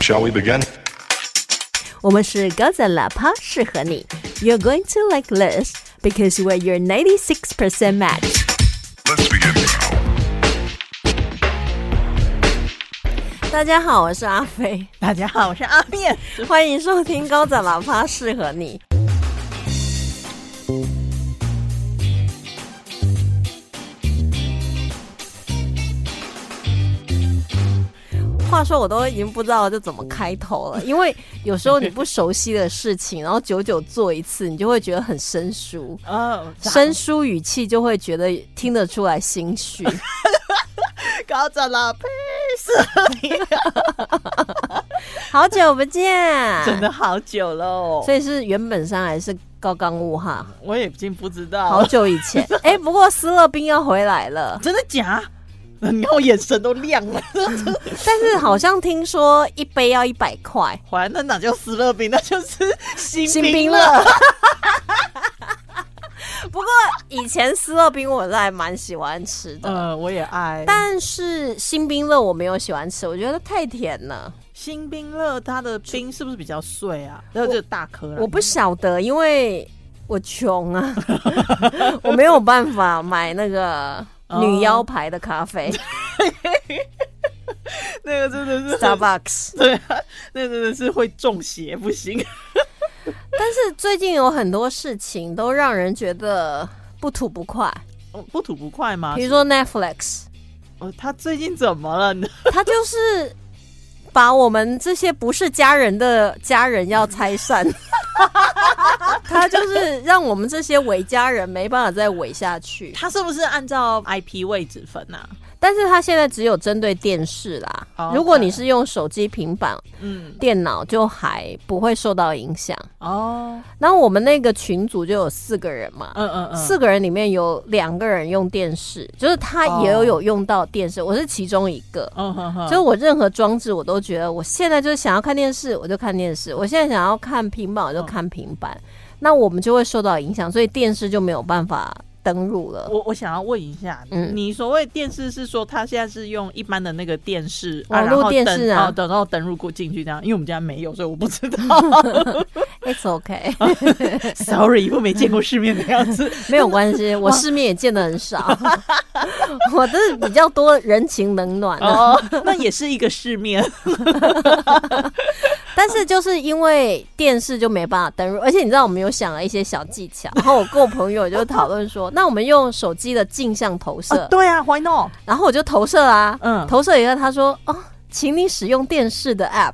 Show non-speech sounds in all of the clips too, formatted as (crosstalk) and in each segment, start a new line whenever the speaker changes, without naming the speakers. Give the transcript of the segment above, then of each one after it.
Shall we begin?
我们是高赞喇叭，适合你。You're going to like this because we're your 96% match.
Let's begin.
大家好，我是阿飞，
大家好，我是阿面。
欢迎收听高赞喇叭，适合你。话说，我都已经不知道这怎么开头了，因为有时候你不熟悉的事情，然后久久做一次，你就会觉得很生疏。
哦，
生疏语气就会觉得听得出来心
(laughs)
虚，
高涨了，呸！是你，
好久不见，
真的。好久哦喽。
所以是原本上还是高刚物哈，
我也已经不知道，
好久以
(laughs)
前。哎、不过斯乐冰要回来了，
真的假？你看我眼神都亮了。 (laughs)
但是好像听说一杯要一百块，
还那哪叫斯乐冰，那就是新
新
兵
冰
了。
乐。 (laughs) 不过以前斯乐冰我是还蛮喜欢吃的，
呃，我也爱，
但是新冰乐我没有喜欢吃，我觉得太甜了。
新冰乐它的冰是不是比较碎啊？然后就是大颗啦
我不晓得，因为我穷啊， (laughs) 我没有办法买那个女妖牌的咖啡
那个真的是
，Starbucks。
对啊，那真的是会中邪，不行。 (laughs)
但是最近有很多事情都让人觉得不吐不快，
哦不吐不快吗
比？如说 Netflix，
哦，他最近怎么了呢？
它就是把我们这些不是家人的家人要拆散。它就是让我们这些伪家人没办法再伪下去，
他是不是按照 IP 位置分啊？
但是它现在只有针对电视啦。
OK
如果你是用手机、平板
嗯，
电脑就还不会受到影响。
哦，
然后我们那个群组就有四个人嘛，
嗯嗯嗯，
四个人里面有两个人用电视，就是他也有
哦
有用到电视，我是其中一个。
嗯哼哼，
就是我任何装置，我都觉得我现在就是想要看电视，我就看电视；我现在想要看平板，我
嗯
就看平板。那我们就会受到影响，所以电视就没有办法登录了。
我我想要问一下，
嗯
你所谓电视是说他现在是用一般的那个电视，
网络电视啊
啊然后登，哦等到登入过进去这样，因为我们家没有，所以我不知道
It's OK，
(laughs) ，sorry，我没见过世面的样子。
没有关系，我世面也见得很
(laughs)
少，我这是比较多人情冷暖啊的。
哦，那也是一个世面，
但是就是因为电视就没办法登入，而且你知道我们有想了一些小技
(laughs)
巧，然后我跟我朋友就讨论说，那我们用手机的镜像投射，
(laughs) 啊对啊，Why not？
然后我就投射啦、
嗯
投射以后他说哦。请你使用电视的
(laughs)
app，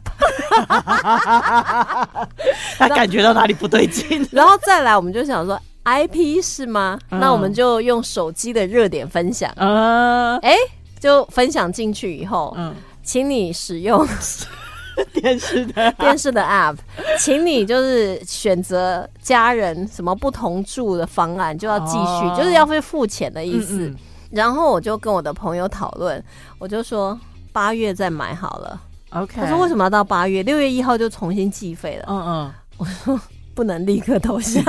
他感觉到哪里不对劲 (laughs)
然后再来我们就想说 IP 是吗？
嗯
那我们就用手机的热点分享，
啊，
哎、就分享进去以后，
嗯，
请你使用
电视的
电视
(laughs)
的 app，请你就是选择家人什么不同住的方案，就要继续，
哦
就是要会付钱的意思。
嗯嗯
然后我就跟我的朋友讨论，我就说八月再买好了。
，OK，
他说为什
么？
么要到八月？六月一号就重新计费了，
嗯嗯。
(laughs) 不能立刻投降，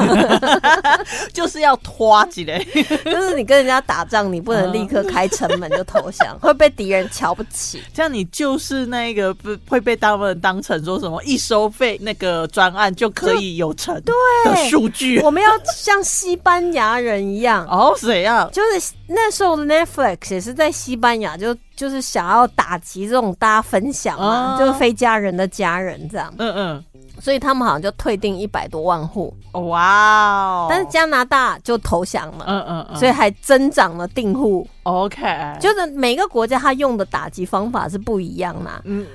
就是要拖起来，
(laughs) 就是你跟人家打仗，你不能立刻开城门就投降， (laughs) 会被敌人瞧不 (laughs) 起。
这样你就是那个不会被他们当成说什么一收费那个专案就可以有成对的数据
我们要像西班牙人一样，
哦，谁呀？
就是那时候 Netflix 也是在西班牙就，就是想要打击这种大家分享嘛，
哦
就是非家人的家人这样，
嗯嗯，
所以他们好像就退订一百多万户，
哦哇哦，
但是加拿大就投降了。
嗯嗯嗯，嗯
所以还增长了订户，
OK 就
就是每个国家它用的打击方法是不一样啦、
嗯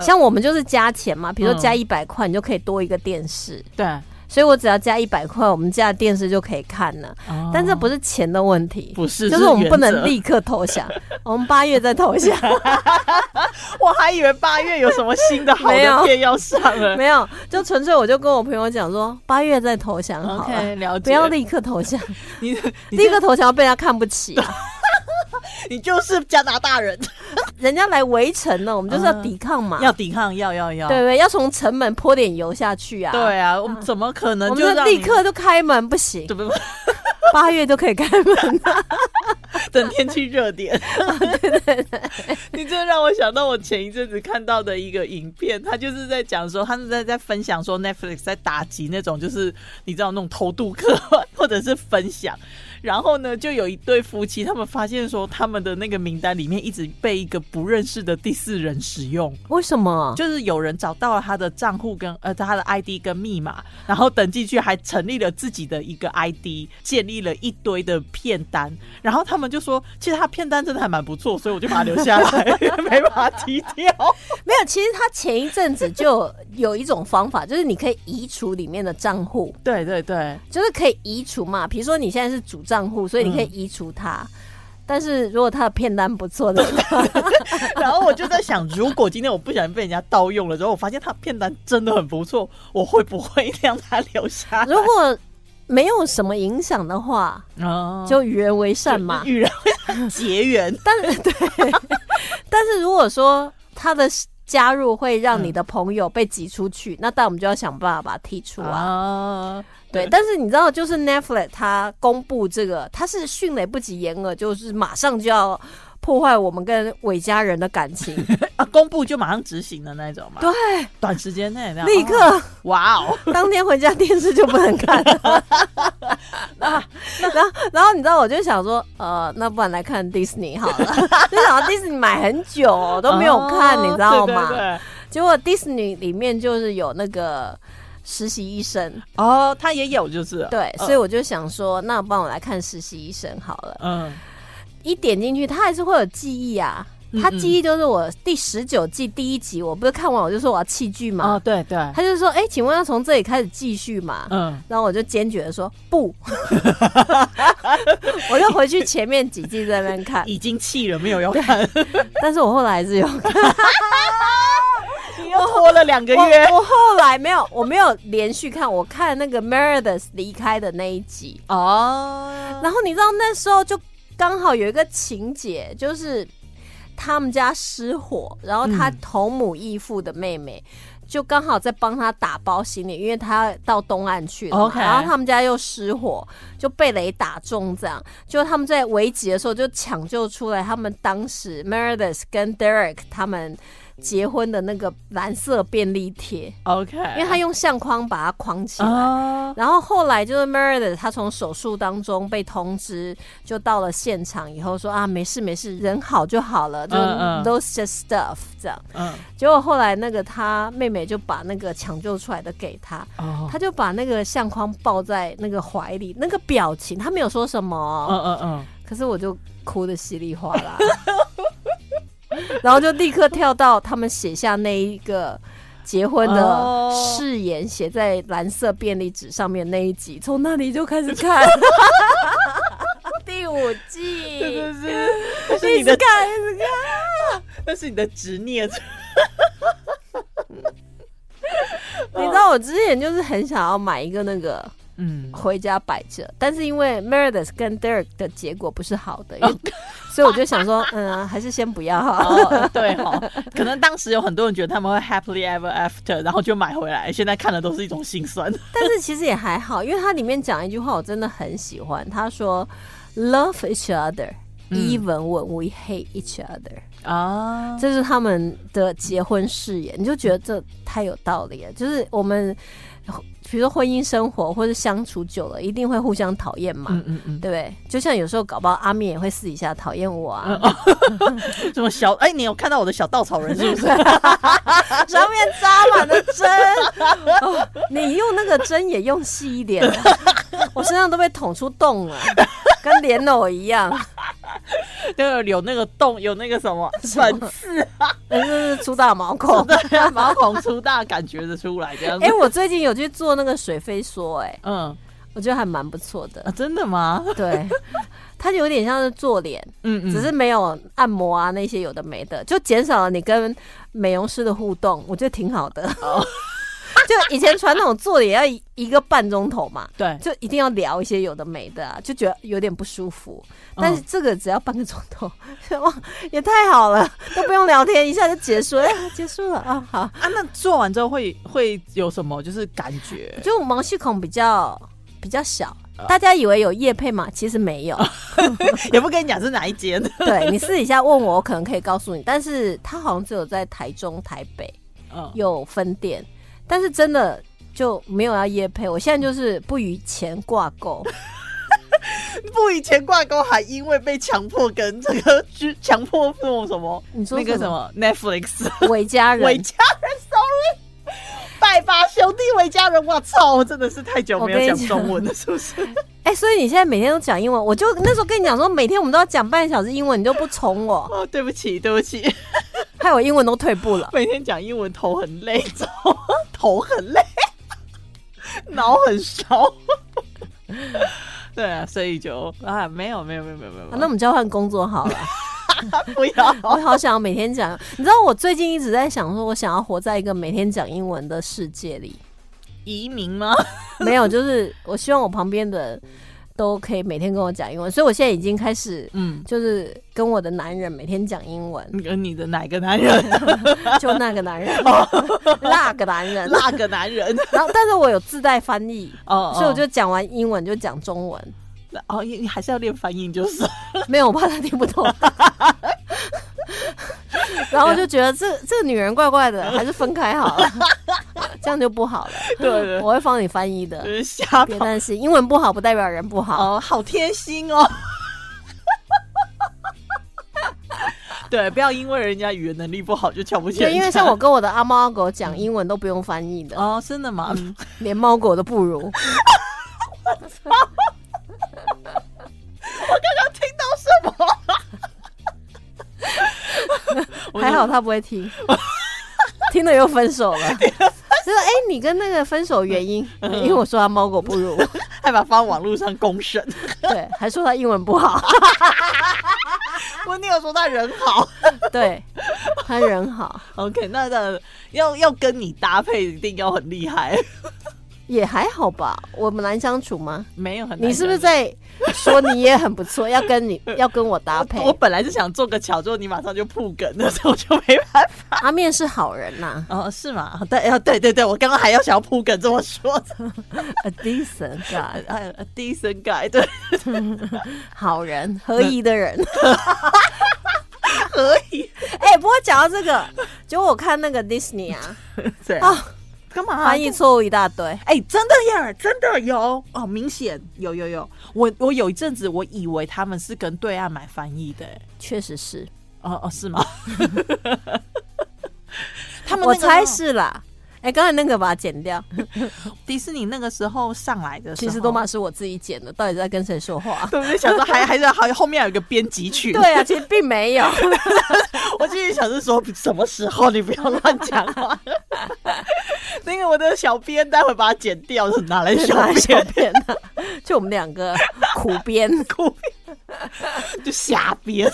像我们就是加钱嘛，比如说
嗯
加一百块，你就可以多一个电视，
对，
所以我只要加一百块，我们家的电视就可以看了。
哦
但这不是钱的问题，
不是
就是我们不
原
能
则
立刻投降， (laughs) 我们八月再投
(laughs)
降。
我还以为八月有什么新的好
没有
的片要上了
没有，就纯粹我就跟我朋友讲说，八月再投降好了。
，OK 了解，
不要立刻投降，
你你
立刻投降被人家看不起啊！
你就是加拿
(laughs)
大人，
人家来围城呢，我们就是
嗯
要抵抗嘛，
要抵抗，要要要，
对不对？要从城门泼点油下去啊！，
对啊，我们怎么可能
我们
就
就
让
立
你
刻就开门，不行，
怎么？ (laughs)
八月就可以开门了。
等天气热点。你这让我想到我前一阵子看到的一个影片，他就是在讲说，他们在在分享说 Netflix 在打击那种就是你知道那种偷渡客或者是分享，然后呢就有一对夫妻，他们发现说他们的那个名单里面一直被一个不认识的第四人使用，
为什么？
就是有人找到了他的账户跟呃他的 ID 跟密码，然后等进去还成立了自己的一个 ID，建立了一堆的片单，然后他们就说，其实他片单真的还蛮不错，所以我就把它留下来，没把它踢掉。
没有，其实他前一阵子就有一种方法，就是你可以移除里面的账户，
对对对，
就是可以移除嘛。比如说你现在是主账户，所以你可以
嗯
移除它。但是如果他的片单不错的
(laughs)
话，
然后我就在想，如果今天我不小心被人家盗用了之后，我发现他片单真的很不错，我会不会让他留下来？
如果没有什么影响的话，
哦
就与人为善嘛。
与人为 (laughs) 结缘，
但是 (laughs) 对，但是如果说他的加入会让你的朋友被挤出去，那但我们就要想办法把他剔除啊。
啊，
对，但是你知道，就是 Netflix 它公布这个，它是迅雷不及掩耳，就是马上就要破坏我们跟韦家人的感情，
啊，公布就马上执行的那种嘛，
对，
短时间内那样
立，
哦
刻
哇哦，
(laughs) 当天回家电视就不能看了。 (laughs) 然后，然后你知道，我就想说，呃，那不然来看 Disney 好了， (laughs) 就想到 Disney 买很久、都没有看，
哦
你知道
对
吗？
对对
结果 Disney 里面就是有那个实习医生，
哦，他也有就是，
对，
嗯
所以我就想说，那帮我来看实习医生好了。
嗯，
一点进去，他还是会有记忆啊。
嗯
他记忆就是我第十九季第一集，我不是看完我就说我要弃剧嘛，
哦，对对，
他就说：“哎、请问要从这里开始继续嘛？”
嗯，
然后我就坚决的说
(laughs)
不，我就回去前面几季在那边
(laughs)
看，
已经弃了，没有要看，
但是我后来还是有看，
你 (laughs) 又拖了两个月
我我后来没有，我没有连续看，我看那个 Meredith 离开的那一集，
哦，
然后你知道那时候就刚好有一个情节，就是他们家失火，然后他
嗯
同母异父的妹妹。就刚好在帮他打包行李，因为他到东岸去了嘛
OK
然后他们家又失火，就被雷打中，这样。就他们在危急的时候，就抢救出来他们当时 Meredith 跟 Derek 他们结婚的那个蓝色便利贴，
哦 OK，
因为他用相框把它框起来。
啊，
然后后来就是 Meredith，她从手术当中被通知，就到了现场以后说啊，没事没事，人好就好了，就
嗯嗯
those just stuff 这样。
嗯，
结果后来那个她妹妹就把那个抢救出来的给她，
哦，
她就把那个相框抱在那个怀里，那个表情她没有说什么哦、
嗯嗯嗯，
可是我就哭的稀里哗啦， (laughs) 然后就立刻跳到他们写下那一个结婚的
哦
誓言，写在蓝色便利纸上面那一集，从那里就开始看 (laughs) 第五季，
真
一
的是，那是
(laughs)
你
直看一直
的，
看。
那是你的
(laughs)
执念，
你知道我之前就是很想要买一个那个
嗯，
回家摆着，但是因为 Meredith 跟 Derek 的结果不是好的，因为所以我就想说，嗯，还是先不要好了。
哦，对哈、可能当时有很多人觉得他们会 happily ever after，然后就买回来，现在看的都是一种心酸。
但是其实也还好，因为它里面讲一句话，我真的很喜欢。他说：“Love each other,
嗯
even when we hate each other。
啊，
这是他们的结婚誓言，你就觉得这太有道理了。就是我们，比如说婚姻生活或者相处久了，一定会互相讨厌嘛。
嗯嗯嗯，
对不对？就像有时候搞不好阿面也会私底下讨厌我
嗯
啊，
什么小哎、你有看到我的小稻草人是不是？
(laughs) 上面扎满了针、哦你用那个针也用细一 (laughs) 点，我身上都被捅出洞了，跟莲藕一样。
(laughs) 对，有那个洞，有那个什么粉刺，
真是出大毛孔。
(laughs) 对，毛孔粗大，感觉得出来这样子。
哎、我最近有去做那个水飞梭、哎，
嗯
我觉得还蛮不错的
啊，。真的吗？
(laughs) 对，它有点像是做脸，
嗯嗯，
只是没有按摩啊那些有的没的，就减少了你跟美容师的互动，我觉得挺好的。
哦
(laughs) 就以前传统做脸要一一个半钟头嘛，
对，
就一定要聊一些有的没的啊，就觉得有点不舒服。
嗯
但是这个只要半个钟头， (laughs) 哇，也太好了，都不用聊天，一下就结束了，哎结束了啊、好。
啊，那做完之后会会有什么就是感觉？
就毛细孔比较比较小，
啊
大家以为有叶配嘛，其实没
(laughs)
有。
(laughs) 也不跟你讲是哪一间
对你私底下问我，我可能可以告诉你，但是他好像只有在台中、台北
嗯，
有分店，但是真的就没有要叶配。我现在就是不与钱挂钩，
不以前挂钩，还因为被强迫跟这个去强迫做什么？
你说
那个
什
什么 Netflix
韦家
韦
人。
家人，sorry，拜把兄弟韦家人，我操，我真的是太久没有
我跟
讲
你讲
中文了，是不是？
哎、所以你现在每天都讲英文，我就那时候跟你讲说，每天我们都要讲半小时英文，你就不宠我， (laughs)
哦，对不起，对不起，
害我英文都退步了。
每天讲英文头很累，知道吗头很累， (laughs) 脑很烧。对啊，所以就啊，没有没有没有没有没有，啊
啊那我们交换工作好了，
不要。
我好想要每天讲。你知道我最近一直在想，说我想要活在一个每天讲英文的世界里。
移民吗？
没有，就是我希望我旁边的人都可以每天跟我讲英文，所以我现在已经开始
嗯，，
就是跟我的男人每天讲英文
(laughs) 你跟你的哪个男人？
就那个男人， (laughs) 那个男人，
那个男人？
然后但是我有自带翻译。
哦，
(laughs) 所以我就讲完英文就讲中文，
哦哦，你你还是要练翻译，就是
没有我怕他听不懂。 (laughs) 然后就觉得这这个女人怪怪的，还是分开好了， (laughs) 这样就不好了。
对对
我会帮你翻译
就
的，
是
(laughs)
瞎
别
跑。
担心，英文不好不代表人不好。
哦，好贴心哦。 (laughs) 对，不要因为人家语言能力不好就瞧不起人
对，
家。
因为像我跟我的阿猫阿狗讲英文都不用翻译的，
(laughs) 哦，真的吗？ (laughs)
连猫狗都不如。
听到什么？ (laughs) 我
还好他不会听， (laughs) 听了又分手
(laughs)
了。就是哎、你跟那个分手原因，
嗯
因为我说他猫狗不如， (laughs)
还把它放网络上公审。
对，还说他英文不好，
(laughs)
(laughs)
我你有说他人好 (laughs)
对，他人好，
，OK，那那要要跟你搭配，一定要很厉害， (laughs)
也还好吧。我们难相处吗？
没有很难。
你是不是？在说你也很不错，要跟
(laughs)
你要跟我搭配？
我本来是想做个巧，结果你马上就破梗了，所以 (laughs) 我就没办法。
阿面是好人
(laughs)
呐、
哦，是吗？对，呃对对对，我刚刚还要想要破梗这么说的。
a decent guy，
哎呀，低声改，对，
好人，合宜的
(laughs)
人。
可以。
哎、不过讲到这个，结果我看那个 Disney 啊，
对啊，
啊，
干嘛啊
翻译？错误一大堆。
哎、真的耶，真的有哦，明显有有有。我我有一阵子我以为他们是跟对岸买翻译的，哎
确实是，
哦哦，是吗？他们
我
那个
猜是啦。哎、刚才那个把它剪掉，
迪士尼那个时候上来的时
其
候，？
实都嘛是我自己剪的，到底在跟谁说话
对不对？想说还还是好，后面还有一个编辑曲。
对啊，其实并没有。
我继续想是说什么时候你不要乱讲话。那个我的小编待会把它剪掉，拿来 (laughs) 小
哪小
编
编呢、 (laughs) 就我们两个苦
(laughs)
编。
哭，就瞎编。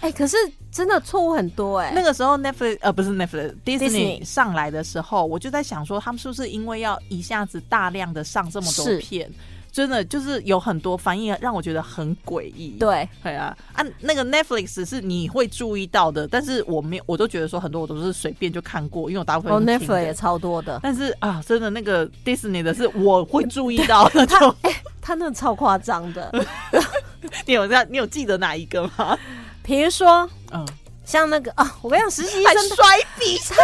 哎、可是真的错误很多哎、
那个时候 Netflix 呃不是 Netflix，Disney
Disney
上来的时候，我就在想说，他们是不是因为要一下子大量的上这么多
是
片，真的就是有很多翻译让我觉得很诡异。。
对，
对啊，啊，那个 Netflix 是你会注意到的，但是我没有，我都觉得说很多我都是随便就看过，因为我大部分
哦
用听的
，Netflix 也超多
(laughs)
的，
但是啊，真的那个 Disney 的是我会注意到的，就
他那个超夸张
(laughs)
的。
你有在你有记得哪一个吗？
比如说
(laughs) 嗯，
像那个啊，我跟你讲，实习生
还摔笔
(laughs)
下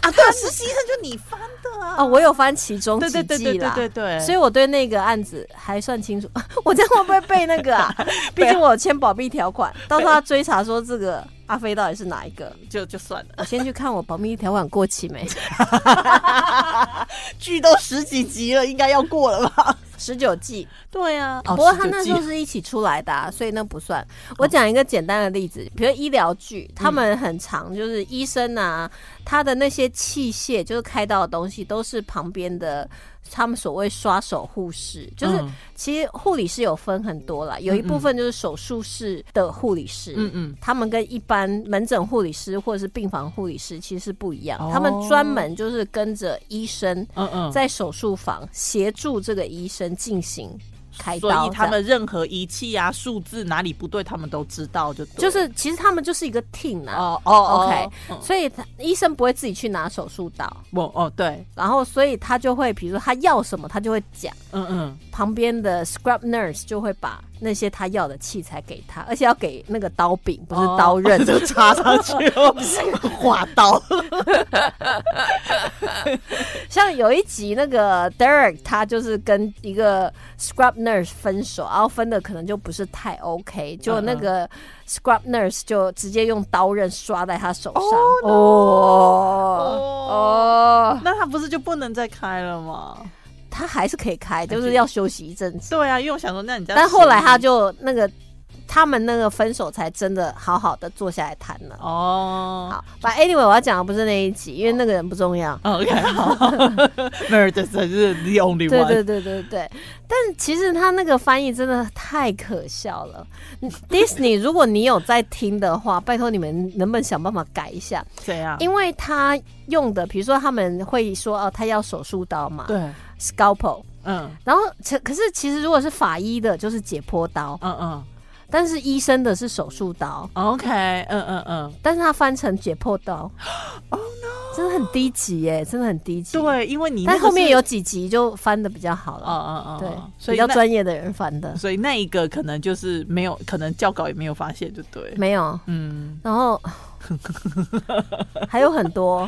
啊，对，实习生就你翻的啊
啊，我有翻其中
对
几季
对
啦，
对对对对对，
所以我对那个案子还算清楚。 (laughs) 我这样会不会被那个
(laughs)
啊？毕竟我有签保密条款，到时候他追查说这个阿飞到底是哪一个。
就就算了，
我先去看我保密条款过期没，
剧都十几集了，应该要过了吧？
十九季。
对啊，
不
哦
过他那时候是一起出来的、啊，所以那不算。我讲一个简单的例子，比如医疗剧，他们很常就是医生啊，他的那些器械就是开刀的东西，都是旁边的他们所谓刷手护士，就是
嗯
其实护理师有分很多啦，有一部分就是手术室的护理师，
嗯
(laughs)
嗯
他们跟一般门诊护理师或者是病房护理师其实是不一样，
哦
他们专门就是跟着医生
嗯嗯，
在手术房协助这个医生进行开刀这样，
所以他们任何仪器啊、数字哪里不对，他们都知道就对
就
了
是其实他们就是一个 team 啊，
哦哦哦
OK
嗯
所以他医生不会自己去拿手术刀，
我哦对，
然后所以他就会，比如说他要什么，他就会讲，
嗯嗯，
旁边的 scrub nurse 就会把那些他要的器材给他，而且要给那个刀柄，不是
哦
刀
(laughs)
刃，
就插上去哦，划 (laughs) 刀，
像有一集那个 Derek，他就是跟一个 scrub nurse 分手，然后分的可能就不是太 OK，就那个 scrub nurse 就直接用刀刃刷在他手上。哦哦
那他不是就不能再开了吗？
他还是可以开，就是要休息一阵子。
对啊，因为我想说，那你这样
但后来他
吃
就那个他们那个分手才真的好好的坐下来谈了。
哦。
好，反正 anyway 我要讲的不是那一集，因为那个人不重要。
哦 OK，好
(laughs)
(laughs) ，Murder 是 the only
对
one。
对对对对，但其实他那个翻译真的太可笑了。Disney，如嗯 (laughs) 果你有在听的话，拜托你们能不能想办法改一下？
怎样？
因为他用的，比如说他们会说哦，他要手术刀嘛
对，
，scalpel，
嗯
然后其可是其实如果是法医的，就是解剖刀，
嗯嗯
但是医生的是手术刀，
，OK，嗯嗯嗯，
但是他翻成解剖
(gasps)
刀真的很低级耶，真的很低级。，
Oh 对，因为你那
但
个
后面
是
有几集就翻的比较好了。
哦哦哦，
对
哦，所
比
以
较
那
专业的人翻的，
所以那一个可能就是没有，可能教稿也没有发现，就对，
没有。 (laughs)
嗯，
然后
(laughs)
还有很多，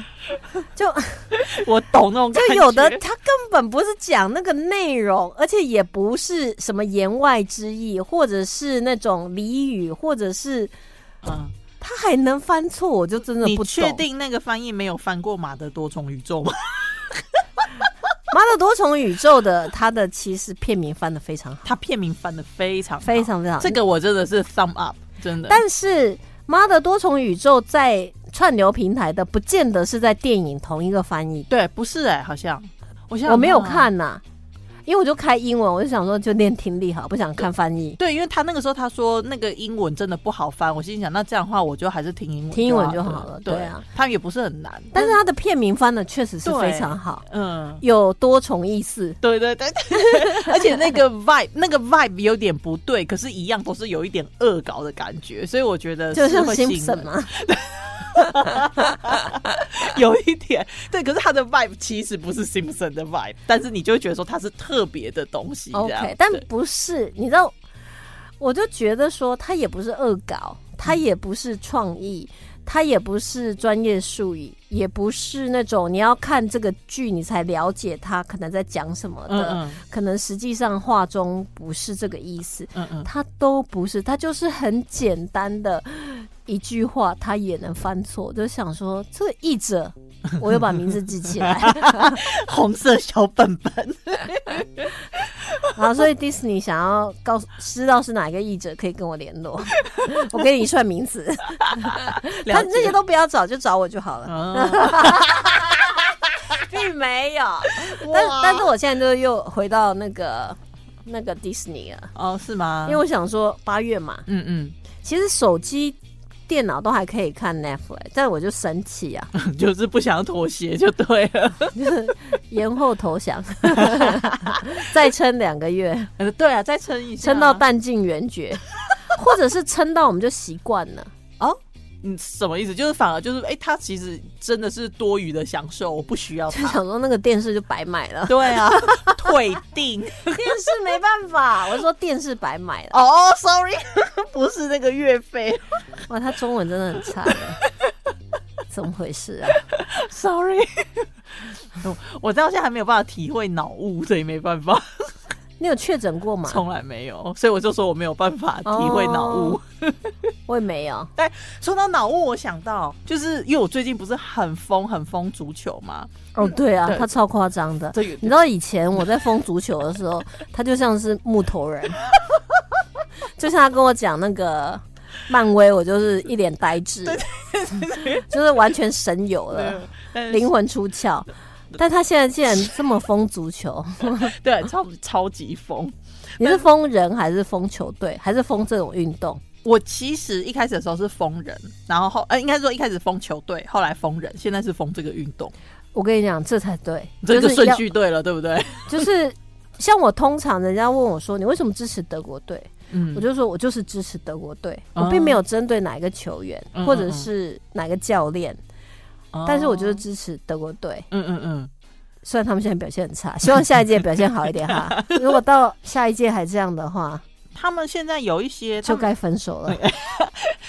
就
我懂那种 (laughs) 感
就
觉，
有的他根本不是讲那个内容，而且也不是什么言外之意，或者是那种俚语，或者是
(laughs) 嗯，
他还能翻错，我就真的
你
不
确
懂。
定那个翻译没有翻过马的多重宇宙吗？ (laughs)
妈的多重宇宙的他的其实片名翻的非常好，
他片名翻的非常好
非常非常好
这个我真的是 sum up，真的。
但是妈的多重宇宙在串流平台的，不见得是在电影同一个翻译
对，不是哎、好像我想想
我没有
啊。
看呐、因为我就开英文，我就想说就练听力好，不想看翻译，
对，因为他那个时候他说那个英文真的不好翻，我心想那这样的话我就还是听英文，
听英文就
好
好了
对
对啊，
他也不是很难，
但是它的片名翻的确实是非常好，
嗯。
有多重意思。
对对对，对 (laughs) 而且那个 vibe 那个 vibe 有点不对，可是一样都是有一点恶搞的感觉，所以我觉得
就是像
会吸引
Simpson
人，
嘛，
有一点对。可是他的 vibe 其实不是 Simpson 的 vibe，但是你就会觉得说它是特别的东西这样。
，OK，但
啊对
不是，你知道，我就觉得说它也不是恶搞，它也不是创意，它也不是专业术语，也不是那种你要看这个剧你才了解它可能在讲什么的，
嗯
可能实际上话中不是这个意思，
嗯嗯
它都不是，它就是很简单的一句话，它也能翻错。就想说，这个译
(laughs)
者，我又把名字记起来， (laughs)
嗯，红色小本本，
然后所以迪士尼想要告诉知道是哪一个译者，可以跟我联
(laughs)
络，我给你一串名字，他
了解
那些都不要找，就找我就好了，
(laughs) 哦
并没有。但
哇
但是我现在就又回到那个那个迪士尼了，
哦是吗？
因为我想说八月嘛，
嗯嗯， (laughs)
其实手机。电脑都还可以看 Netflix，但我就生气啊，
就是不想妥协就对了。
就是 (laughs) 延后投降，再撑两个 (laughs) 月，
呃对啊，再撑一下，
撑到弹尽援绝，或者是撑到我们就习惯 (laughs) 了。
嗯什么意思？就是反而就是哎、诶他其实真的是多余的享受，我不需要
就
他。，
想说那个电视就白买了
(laughs) 对啊，退订
(laughs) 电视没办法，我说电视白买了。
哦、s o r r y (laughs) 不是那个月费
哇，他中文真的很差， (laughs) 怎么回事啊？
，sorry。我 (laughs) 我到现在还没有办法体会脑雾，所以没办法，
你有确诊过吗？
从来没有，所以我就说我没有办法体会脑雾。
哦我也没有。
但说到脑雾，我想到就是因为我最近不是很疯很疯足球嘛，
哦，对啊，
嗯对
他超夸张的。
这有
你知道以前我在封足球的时候， (laughs) 他就像是木头人， (laughs) 就像他跟我讲那个漫威，我就是一脸呆滞， (laughs) 就是完全神游
啊
了，
但是
灵魂出窍。但他现在竟然这么疯足
(laughs)
球，
对超超级疯。
你是疯人还是疯球队，还是疯这种运动？
我其实一开始的时候是疯人，然后后呃应该说一开始疯球队，后来疯人，现在是疯这个运动，
我跟你讲，这才对，
这
就
就是顺
要
序对了，对不对？
就是像我通常人家问我说你为什么支持德国队，
嗯
我就说我就是支持德国队，
嗯
我并没有针对哪一个球员
嗯哦
或者是哪个教练，但是我就是，支持德国队。
嗯嗯嗯，
虽然他们现在表现很差， (laughs) 希望下一届表现好一点
(laughs)
哈。如果到下一届还这样的话，
他们现在有一些，他
就
们
该分手了。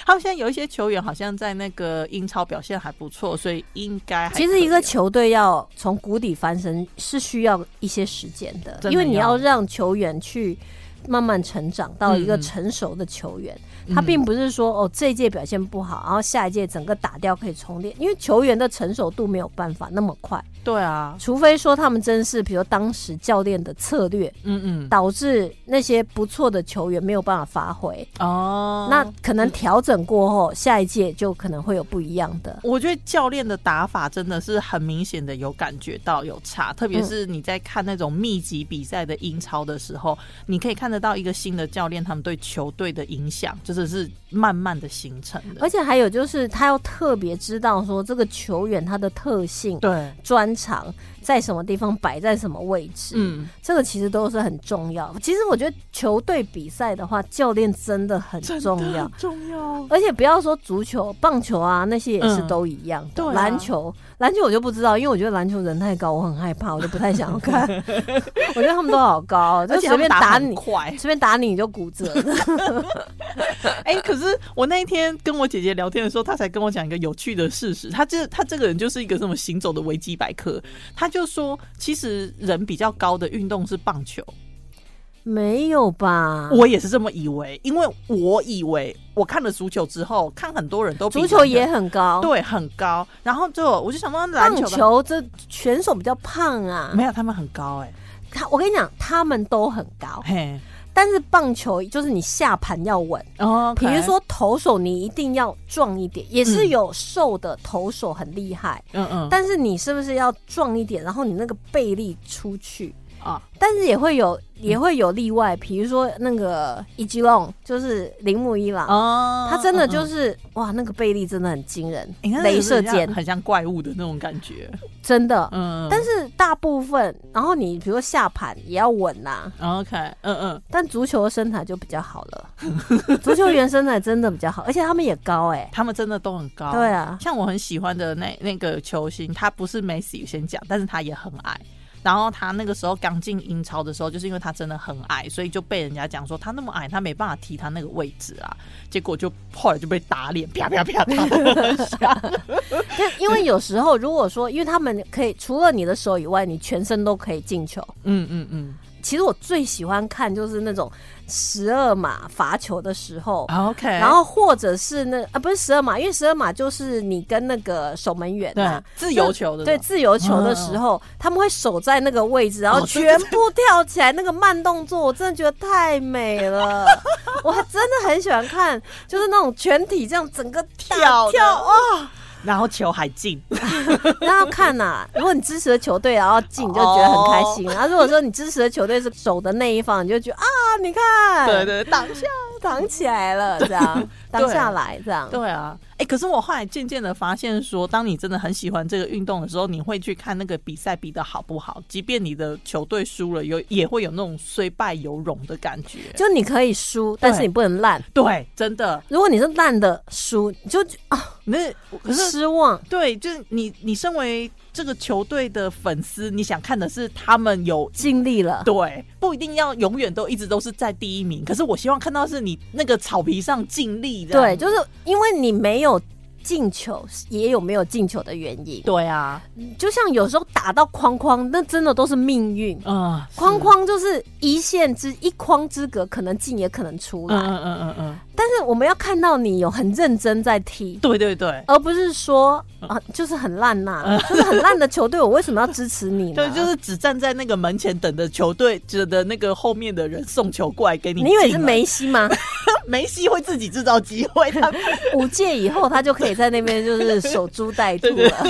他们现在有一些球员好像在那个英超表现还不错，所以应该还
其实一个
可以
球队要从谷底翻身是需要一些时间的，
真的
因为你
要
要让球员去慢慢成长到一个
嗯嗯
成熟的球员。
嗯
他并不是说哦这一届表现不好，然后下一届整个打掉可以重练，因为球员的成熟度没有办法那么快，
对啊，
除非说他们真是比如当时教练的策略
嗯嗯，
导致那些不错的球员没有办法发挥，
哦，
那可能调整过后下一届就可能会有不一样的。
我觉得教练的打法真的是很明显的有感觉到有差，特
嗯
别是你在看那种密集比赛的英超的时候，你可以看得到一个新的教练他们对球队的影响，真的是慢慢的形成的
而。且还有就是，他要特别知道说这个球员他的特性、
对，
专长在什么地方摆在什么位置，
嗯，
这个其实都是很重要。其实我觉得球队比赛的话，教练真的很重
真的
要
很。重要。
而且不要说足球、棒球啊，那些也是
嗯
都一样的。
对啊
篮球，篮球我就不知道，因为我觉得篮球人太高，我很害怕，我就不太想要
(laughs)
看。我觉得他们都好高，就
而
随
且他们
便打
很
你，
快，
随便打你你就骨折
(laughs)
了。
哎、可是我那一天跟我姐姐聊天的时候，她才跟我讲一个有趣的事实。她这她这个人就是一个这么行走的维基百科。她就说，其实人比较高的运动是棒球。
没有吧？
我也是这么以为，因为我以为我看了足球之后，看很多人都比
足球也很高，
对很高，然后就我就想到篮
棒
球吧
球这选手比较胖啊
没。有他们很高哎、
他，我跟你讲，他们都很高，
嘿，
但是棒球就是你下盘要稳。
哦，
比如，说投手，你一定要壮一点，也是
嗯
有瘦的投手很厉害，
嗯嗯，
但是你是不是要壮一点，然后你那个背力出去？
啊，
但是也会有也会有例外，比如说那个伊吉隆，就是铃木一朗，
哦。
他真的就是是、哇，那个背力真的很惊人，
你看，
嗯镭射
很
箭
像很像怪物的那种感觉，
真的。
嗯，
但是大部分，然后你比如说下盘也要稳呐、
OK，嗯嗯，
但足球的身材就比较好了，足球员身材真的比较好，而且他们也高哎、
他们真的都很高，
对啊，
像我很喜欢的那那个球星，他不是梅西先讲，但是他也很矮。然后他那个时候刚进英超的时候，就是因为他真的很矮，所以就被人家讲说他那么矮，他没办法踢他那个位置啊。结果就后来就被打脸，啪啪啪 (laughs) 打得很响
但因为有时候如果说，因为他们可以除了你的手以外，你全身都可以进球。
嗯嗯嗯
其实我最喜欢看就是那种十二码罚球的时候，
，OK。
然后或者是那啊不是十二码，因为十二码就是你跟那个守门员
对
啊，
自由球的嗯
对自由球的时候，他们会守在那个位置，然后
哦对
全部跳起来，那个慢动作，我真的觉得太美
(laughs)
了，我还真的很喜欢看，就是那种全体这样整个大
跳的
跳哦，
然后球还进，
(laughs) 那要看呐、如果你支持的球队然后进，你就觉得很开
哦
心；然后如果说你支持的球队是守的那一方，你就觉得啊，你看，
对， (laughs) 对挡下。
挡起来了，这样挡下来，这样。
对啊，哎、可是我后来渐渐的发现说，当你真的很喜欢这个运动的时候，你会去看那个比赛比的好不好，即便你的球队输了，有也会有那种虽败犹荣的感觉。
就你可以输，但是你不能烂。
对，真的，
如果你是烂的输，你就啊
那可是
失望。
对，就是你，你身为这个球队的粉丝，你想看的是他们有。
尽力了，
对，不一定要永远都一直都是在第一名，可是我希望看到是你那个草皮上尽力的。
对，就是因为你没有进球，也有没有进球的原因。
对啊，
就像有时候打到框框，那真的都是命运。
嗯，
框框就是一线之一框之隔，可能进也可能出
是，
来。
嗯嗯嗯嗯嗯，
但是我们要看到你有很认真在踢，
对对对，
而不是说
嗯
啊，就是很烂呐、就是很烂的球队，我为什么要支持你呢？
(laughs) 对，就是只站在那个门前等着球队，觉得那个后面的人送球过来给你
你
进门。
以为是梅西吗？ (laughs)
梅西会自己制造机会？他
五届以后他就可以在那边就是守株待
(laughs)
兔了，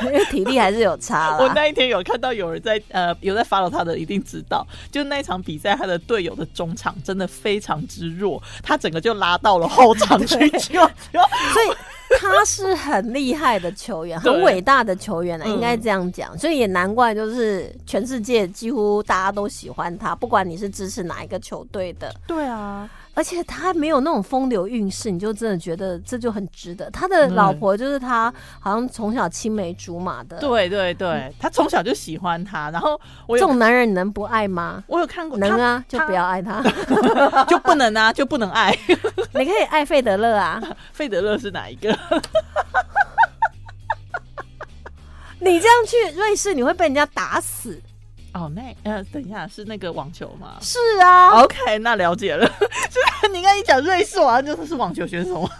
(laughs) 因为体力还是有差
我
啦。
那一天有看到有人在呃有在 follow 他的，一定知道，就那一场比赛，他的队友的中场真的非常之弱，他整个就拉到了后场去救。救
所以他是很厉害的球员，很
对
伟大的球员了，啊
嗯
应该这样讲。所以也难怪，就是全世界几乎大家都喜欢他，不管你是支持哪一个球队的，
对啊，
而且他没有那种风流韵事，你就真的觉得这就很值得。他的老婆就是他，好像从小青梅竹马的，
对对对，他从小就喜欢他，然后我
这
有
种男人你能不爱吗？
我有看过，
能啊，就
他
不要爱他。
他就不能啊，就不能爱。 (laughs)
你可以爱费德勒啊，
费德勒是哪一个？
你这样去瑞士，你会被人家打死。
哦，那呃，等一下是那个网球吗？
是啊，
OK，那了解了。 (laughs) 就是你刚才一讲瑞士，我好像就是是网球选手嘛，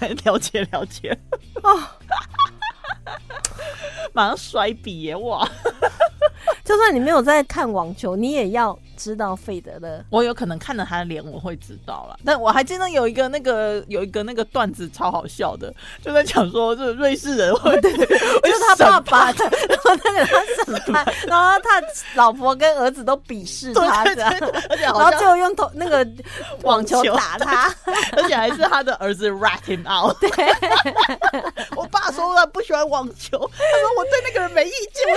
来了解了解。哦 (laughs) 马上甩笔耶！哇，
就算你没有在看网球，你也要知道费德勒。
我有可能看着他的脸，我会知道了。但我还记得有一个那个有一个那个段子超好笑的，就在讲说，这瑞士人 (laughs) 会哦对对，
就是他爸爸的，然后他给他审判，然后他老婆跟儿子都鄙视他，
对
这样，
对对，而且
然
好
后最
像
后用头那个网球打他，
(laughs) 而且还是他的儿子 rat him out。我爸说他不喜欢网球，他说我对那个人没意见，我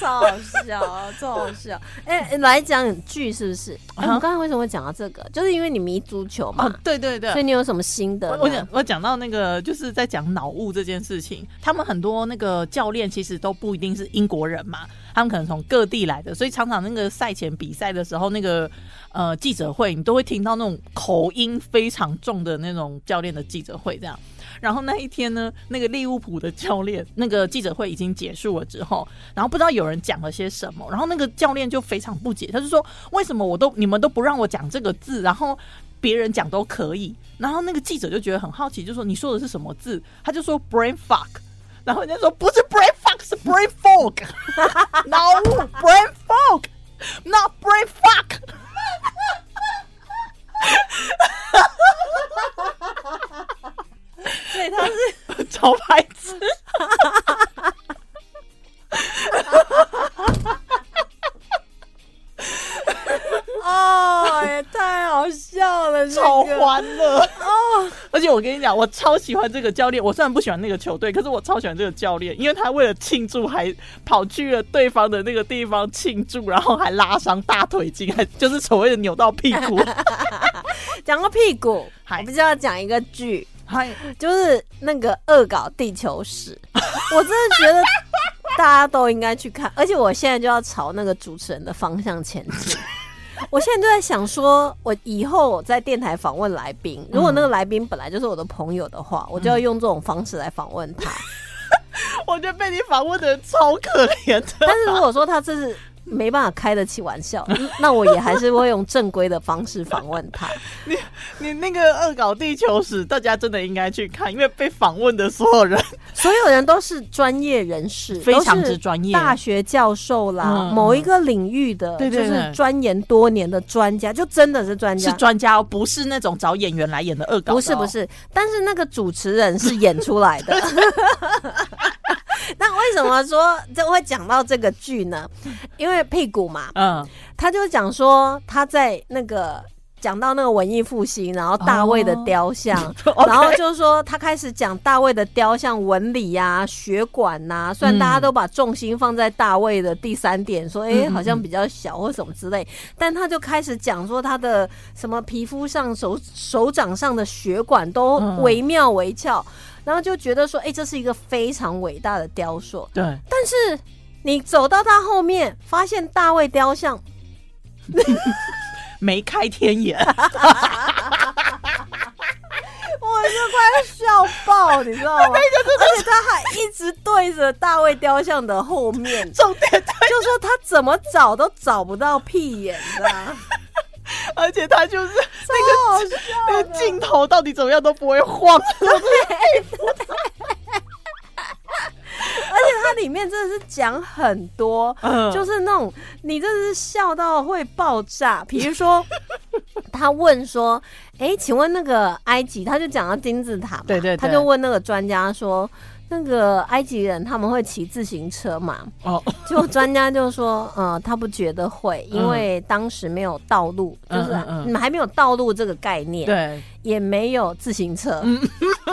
(laughs) 超好笑，超好笑。哎、来讲剧是不是？哎、
啊
我刚才为什么会讲到这个？就是因为你迷足球嘛，
哦，对对对
所以，你有什么新的呢？
我我讲我讲到那个就是在讲脑雾这件事情，他们很多那个教练其实都不一定是英国人嘛，他们可能从各地来的，所以常常那个赛前比赛的时候，那个呃记者会，你都会听到那种口音非常重的那种教练的记者会这样。然后那一天呢，那个利物浦的教练那个记者会已经结束了之后，然后不知道有人讲了些什么，然后那个教练就非常不解，他就说为什么我都你们都不让我讲这个字，然后别人讲都可以，然后那个记者就觉得很好奇，就说你说的是什么字？他就说 brain fuck，然后人家说不是 brain fuck 是 brain (laughs) fog，脑雾 brain fog，not brain (laughs) fuck。
所以他是
招牌子。
(laughs) 哦，也太好笑了，这
超
个
欢乐哦！ (laughs) 而且我跟你讲，我超喜欢这个教练。我虽然不喜欢那个球队，可是我超喜欢这个教练，因为他为了庆祝还跑去了对方的那个地方庆祝，然后还拉伤大腿筋，还就是所谓的扭到屁
(laughs)
股。
讲到屁股，
嗨
(laughs) 我不是要讲一个剧，
嗨，
就是那个《恶搞地球史》， (laughs) 我真的觉得大家都应该去看，而且我现在就要朝那个主持人的方向前
(laughs)
进。我现在就在想说，我以后我在电台访问来宾，如果那个来宾本来就是我的朋友的
嗯
话，我就要用这种方式来访问他。
我觉得被你访问的人超可怜的。 (laughs)
但是如果说他这是没办法开得起玩笑，那我也还是会用正规的方式访问他。
你那个恶搞地球史，大家真的应该去看，因为被访问的所有人
所有人都是专业人士，
(laughs) 非常
都是
之专业
大学教授啦，
嗯
某一个领域的，
对对
就是
对
钻研多年的专家，就真的是专家。
是专家哦，不是那种找演员来演的恶搞的哦、
不是不是，但是那个主持人是演出来
(laughs)
的。那为什么说这会讲到这个剧呢？因为屁股嘛，
嗯，
他就讲说他在那个讲到那个文艺复兴，然后大卫的
哦
雕像，
(laughs)
然后就是说他开始讲大卫的雕像纹理呀、血管呐、虽然大家都把重心放在大卫的第三点，说哎、诶
嗯嗯
好像比较小或什么之类，但他就开始讲说他的什么皮肤上、手手掌上的血管都
嗯
惟妙惟肖。然后就觉得说，哎、这是一个非常伟大的雕塑。
对，
但是你走到他后面，发现大卫雕像
眉开天眼。 (laughs)
我就快笑爆，你知
(laughs)
道吗？而且他还一直对着大卫雕像的后
(laughs)
面，就
重点他，
说他怎么找都找不到屁眼的，
(laughs) 而且他 (laughs) 就是
超好笑
那
的
个镜头到底怎么样都不会晃。
而且它里面真的是讲很多，
嗯
就是那种你真的是笑到会爆炸。比如
(laughs)
说，他问说：“哎、请问那个埃及？”他就讲到金字塔嘛，
对对对
他就问那个专家说。那个埃及人他们会骑自行车嘛？
哦，
结果专家就说，呃，他不觉得会，因
嗯
为当时没有道路，
嗯
就是
嗯嗯
你们还没有道路这个概念，
对，
也没有自行车。
嗯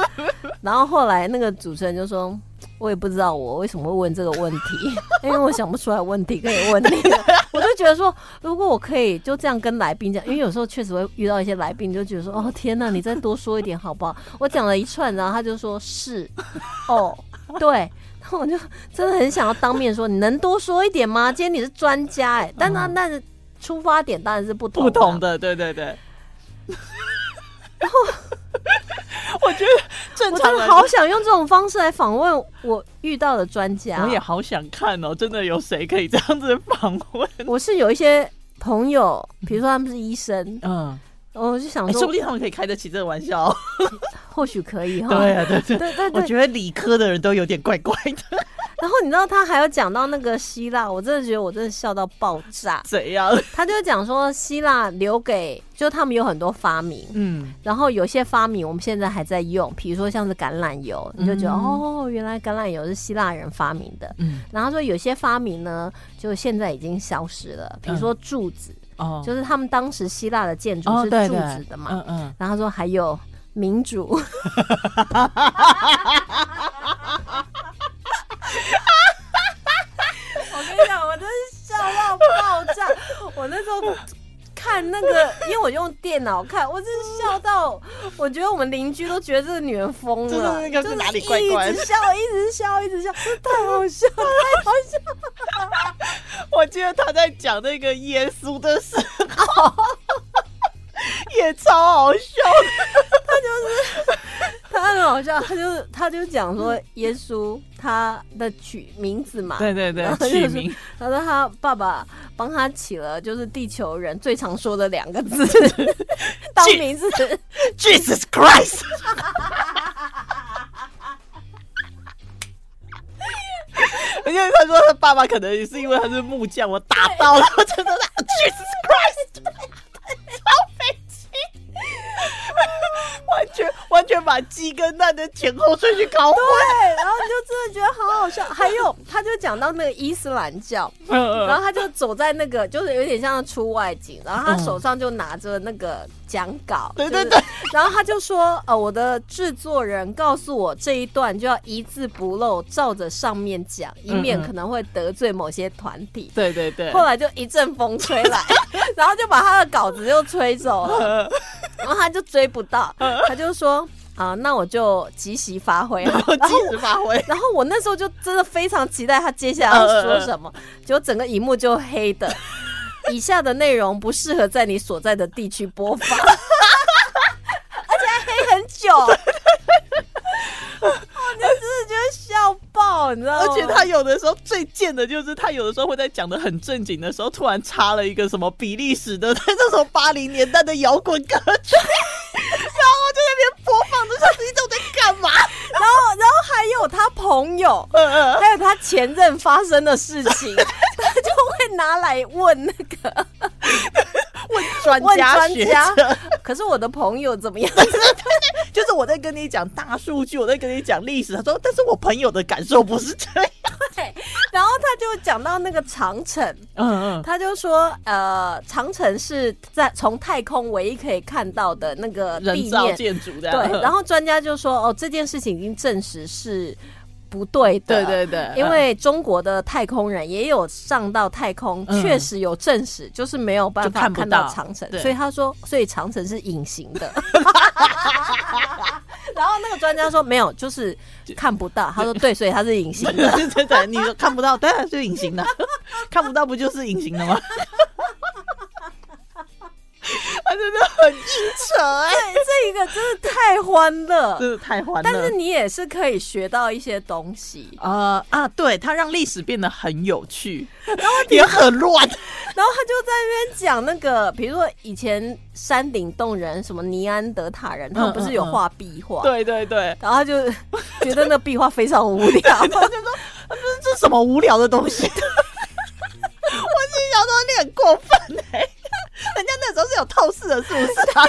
(laughs) 然后后来那个主持人就说。我也不知道我为什么会问这个问题， (laughs) 因为我想不出来问题可以问你。我就觉得说，如果我可以就这样跟来宾讲，因为有时候确实会遇到一些来宾，就觉得说，哦天呐，你再多说一点好不好？我讲了一串，然后他就说是，哦，对。然后我就真的很想要当面说，你能多说一点吗？今天你是专家哎、但那那出发点当然是不同
嗯不同
的。
的，对对对。 (laughs) 我觉得正
我
常
真的
人
好想用这种方式来访问我遇到的专家。
我也好想啊看哦，真的有谁可以这样子访问？
我是有一些朋友，比如说他们是医生，
嗯，
我就想
哎说
说
不，定他们可以开得起这个玩笑。
或许可以哈。
(laughs) 对啊，对对，
对对
我
对。
觉得理科的人都有点怪怪的，
然后你知道他还有讲到那个希腊，我真的觉得我真的笑到爆炸。
怎样？
他就讲说希腊留给，就他们有很多发明。
嗯，
然后有些发明我们现在还在用，比如说像是橄榄油，你就觉得、
嗯
哦，原来橄榄油是希腊人发明的。
嗯
然后说有些发明呢，就现在已经消失了，比如说柱子，
哦
就是他们当时希腊的建筑
哦，
是
对
柱
对
子的嘛。
嗯嗯，
然后说还有民
(laughs)
主，我跟你讲，我真是笑到爆炸。我那时候看那个，因为我用电脑看，我真是笑到，我觉得我们邻居都觉得这个女人疯
就是
了，
那个
就是
哪里怪怪的
一直笑，一直笑，一直笑，太好笑，太好笑。
我记得他在讲那个耶稣的时候，也超好笑
他很好笑，他就他就讲说耶稣他的取名字嘛，
的。嗯对对
然后 (laughs) 就是，他说他爸爸帮他起了就是地球人最常说的两个
(laughs)
字，当名字。 (laughs)
Jesus Christ！因为他说他爸爸可能也是因为他是木匠，我打到了，我真的是 Jesus Christ，超飞机，完全完全把鸡跟蛋的前后顺序搞混。
对，然后你就真的觉得好好笑。还
(laughs)
有，他就讲到那个伊斯兰教，
嗯
然
嗯
后他就走在那个就是有点像出外景，然后他手上就拿着那个讲稿，
对
就是
对对，
(laughs) 然后他就说，呃，我的制作人告诉我这一段就要一字不漏，照着上面讲，以免
嗯嗯
可能会得罪某些团体。
对对对，
后来就一阵风吹
(laughs)
来，然后就把他的稿子又吹走了，
呃
然后他就追不到，
嗯
他就说啊，那我就即席发挥
(laughs)
好了。然后
即时发挥。
然后我那时候就真的非常期待他接下来要
嗯
说什么，结果整个荧幕就黑的。以下的内容不适合在你所在的地区播放，而且还黑很久。我就真的觉得笑爆，你知道吗？
而且他有的时候最贱的就是，他有的时候会在讲的很正经的时候，突然插了一个什么比利时的 (laughs) 那种八零年代的摇滚歌曲，然后就在那边播放，这是一种在干嘛？
然后然后还有他朋友，
呃，
还有他前任发生的事情，他就会拿来问那 (laughs) 个
问专
问
家
专
学
家
者，。
可是我的朋友怎么样？
(laughs)
(laughs)
就是我在跟你讲大数据，我在跟你讲历史。他说，但是我朋友的感受不是这样。
对，然后他就讲到那个长城，
嗯嗯，
他就说，呃，长城是在从太空唯一可以看到的那个
(laughs) 人
地
造
面，
建筑的。 (laughs)
对。然
后
后专家就说，哦，这件事情已经证实是不对的，
对对嗯对，
因为中国的太空人也有上到太空，
嗯
确、实有证实，就是没有办
就
法
看不
看到
到
长城，
对
所以他说，所以长城是隐形
(laughs)
的。然后那个专家说没有，就是看不到。他说对，所以它是隐形的。
(laughs) 对对对，你说看不到，当然是隐形的， (laughs) 看不到不就是隐形的吗？ (laughs) 他啊真的很硬扯哎、
对，这一个真的太欢乐，
真的太欢乐。
但是你也是可以学到一些东西。
呃啊，对，他让历史变得很有趣，然后也
(laughs)
很乱。
然后他就在那边讲那个，比如说以前山顶洞人、什么尼安德塔人，他们不是有画壁画？
嗯对对对，
然后他就觉得那壁画非常无聊，
(laughs) 他就说这这什么无聊的东西？ (laughs) 我心里想说你很过欸分哎、人家那时候是有透视的，是不是啊？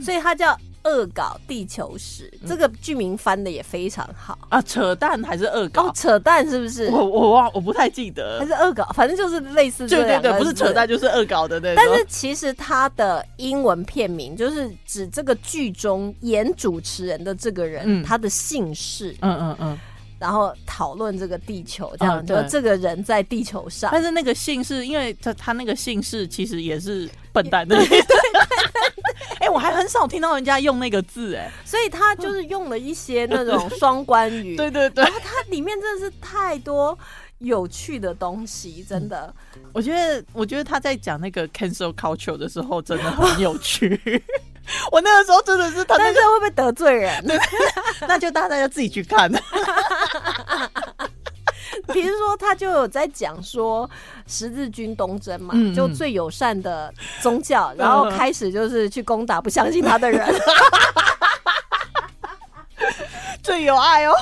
所以他叫恶搞地球史》，
嗯
这个剧名翻的也非常好。
(laughs) 啊，扯淡还是恶搞？
哦，扯淡是不是？
我我忘我不太记
还
得，
是恶搞，反正就是类似这
对对
两
对，
个
不是
字
扯淡就是恶搞的那种。
但是其实它的英文片名就是指这个剧中演主持人的这个人，
嗯
他的姓氏，
嗯嗯嗯，
然后讨论这个地球，这样、
嗯
就
对
这个人在地球上。
(laughs) 但是那个姓氏，因为他他那个姓氏其实也是笨蛋的。 (laughs) 哎，我还很少听到人家用那个字，哎，
所以他就是用了一些那种双关语，
嗯 (laughs) 对对对，
它里面真的是太多有趣的东西，真的。
我觉得，我觉得他在讲那个 cancel culture 的时候，真的很有趣。 (laughs) 我那个时候真的是他那
但是会不会得罪人？
(laughs) 那就大家要自己去看。
比如说，他就有在讲说十字军东征嘛，
嗯嗯嗯
就最友善的宗教，然后开始就是去攻打不相信他的
(laughs)
人，
(laughs) 最有爱哦，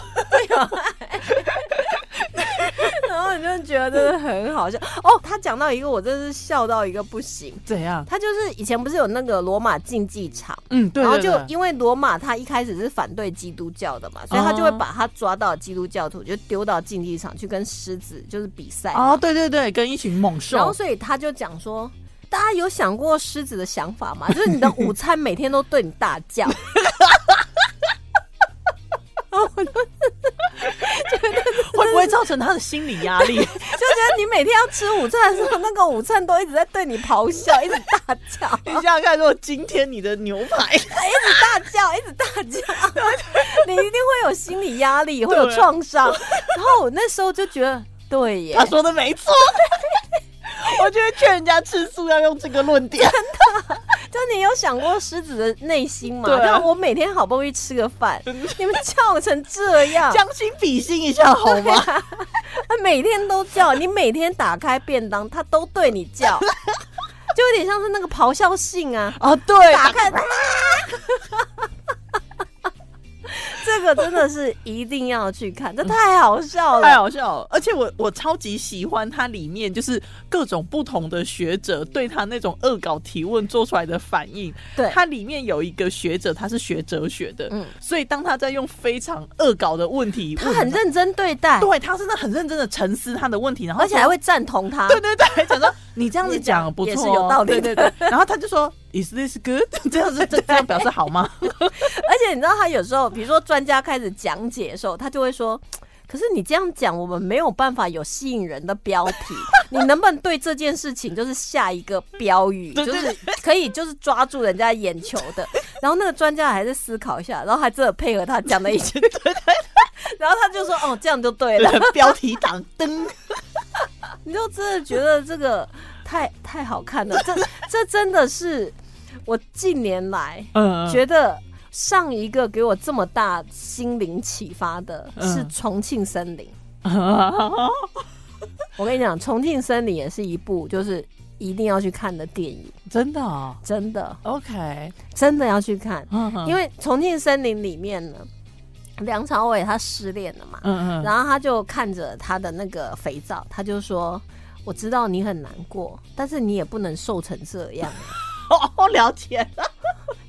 然后你就觉得真的很好笑哦。他讲到一个，我真是笑到一个不行。
怎样？
他就是以前不是有那个罗马竞技场，
嗯，对
然后
对
就
对，
因为罗马他一开始是反对基督教的嘛，所以他就会
哦
把他抓到基督教徒就丢到竞技场去跟狮子就是比赛嘛
哦，对对对，跟一群猛
然后
兽，
所以他就讲说，大家有想过狮子的想法吗？就是你的午餐每天都对你大
(laughs)
叫。
会不会造成他的心理压力？
就觉得你每天要吃午餐的时候，那个午餐都一直在对你咆
(laughs)
哮，一直大叫，
(laughs) 你想想看，如果今天你的牛排，
大叫，一直大叫，
(laughs)
你一定会有心理压力，会有
对
创伤。然后我那时候就觉得，对耶
他，说的没错。 (laughs) 我觉得劝人家吃素要用这个论点，啊
就你有想过狮子的内心吗？
对啊
就我每天好不容易吃个饭，你们叫我成这
(laughs)
样，
将心比心一下好 (laughs) 吗？
他每天都叫，你每天打开便当，他都对你叫，
(laughs)
就有点像是那个咆哮性啊。
啊，对，
打开，啊这个真的是一定要去看，这太好笑
(laughs) 太
了。
好笑哦了！而且我我超级喜欢它里面就是各种不同的学者对他那种恶搞提问做出来的反应。
对，
它里面有一个学者，他是学哲学的，
嗯
所以当他在用非常恶搞的问题
他
问
很认真对待，
对啊他真的很认真的沉思他的问题，然后
而且还会赞同他。
(laughs) 对啊对对，还讲说你这样子
你讲
讲不错
也
哦，
是有道理的
对对对， (laughs) 然后他就说 Is this good？这样子 (laughs) 这这样表示好吗？
而且你知道，他有时候，比如说专家开始讲解的时候，他就会说。可是你这样讲，我们没有办法有吸引人的标
(laughs)
题。你能不能对这件事情就是下一个标语，
对
就
对
是可以就是抓住人家眼球
(laughs)
的？然后那个专家还是思考一下，然后还真的配合他讲的一
(laughs)
句，然后他就说：“哦，这样就 (laughs) 对了。
标题 (laughs) 党灯，”
你就真的觉得这个太太好看了，这这真的是我近年来
嗯
觉得上一个给我这么大心灵启发的
嗯
是《重庆森林》
得
我跟你讲，《重庆森林》也是一部就是一定要去看的电影，
(laughs) 真的哦
真的
OK，
真的要去看，
嗯嗯
因为《重庆森林》里面呢，梁朝伟他失恋了嘛，
嗯嗯，
然后他就看着他的那个肥皂，他就说。我知道你很难过，但是你也不能瘦成这样。
哦，啊了解，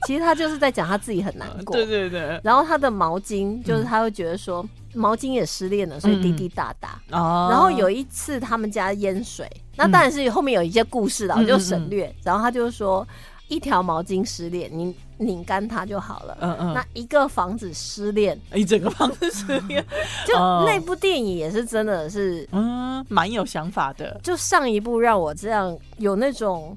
其实他就是在讲他自己很难过。
(laughs) 对对对，
然后他的毛
嗯
巾，就是他会觉得说、毛巾也失恋了，所以滴滴答答。
哦，
然后有一次他们家淹水，那当然是后面有一些故事啦，
嗯
我就省略。然后他就说，一条毛巾失恋，你拧干它就好了。
嗯嗯，
那一个房子失恋，
一整个房子是一个，
就
哦
那部电影也是真的是，
(laughs) 嗯，蛮有想法的，
就上一部让我这样有那种，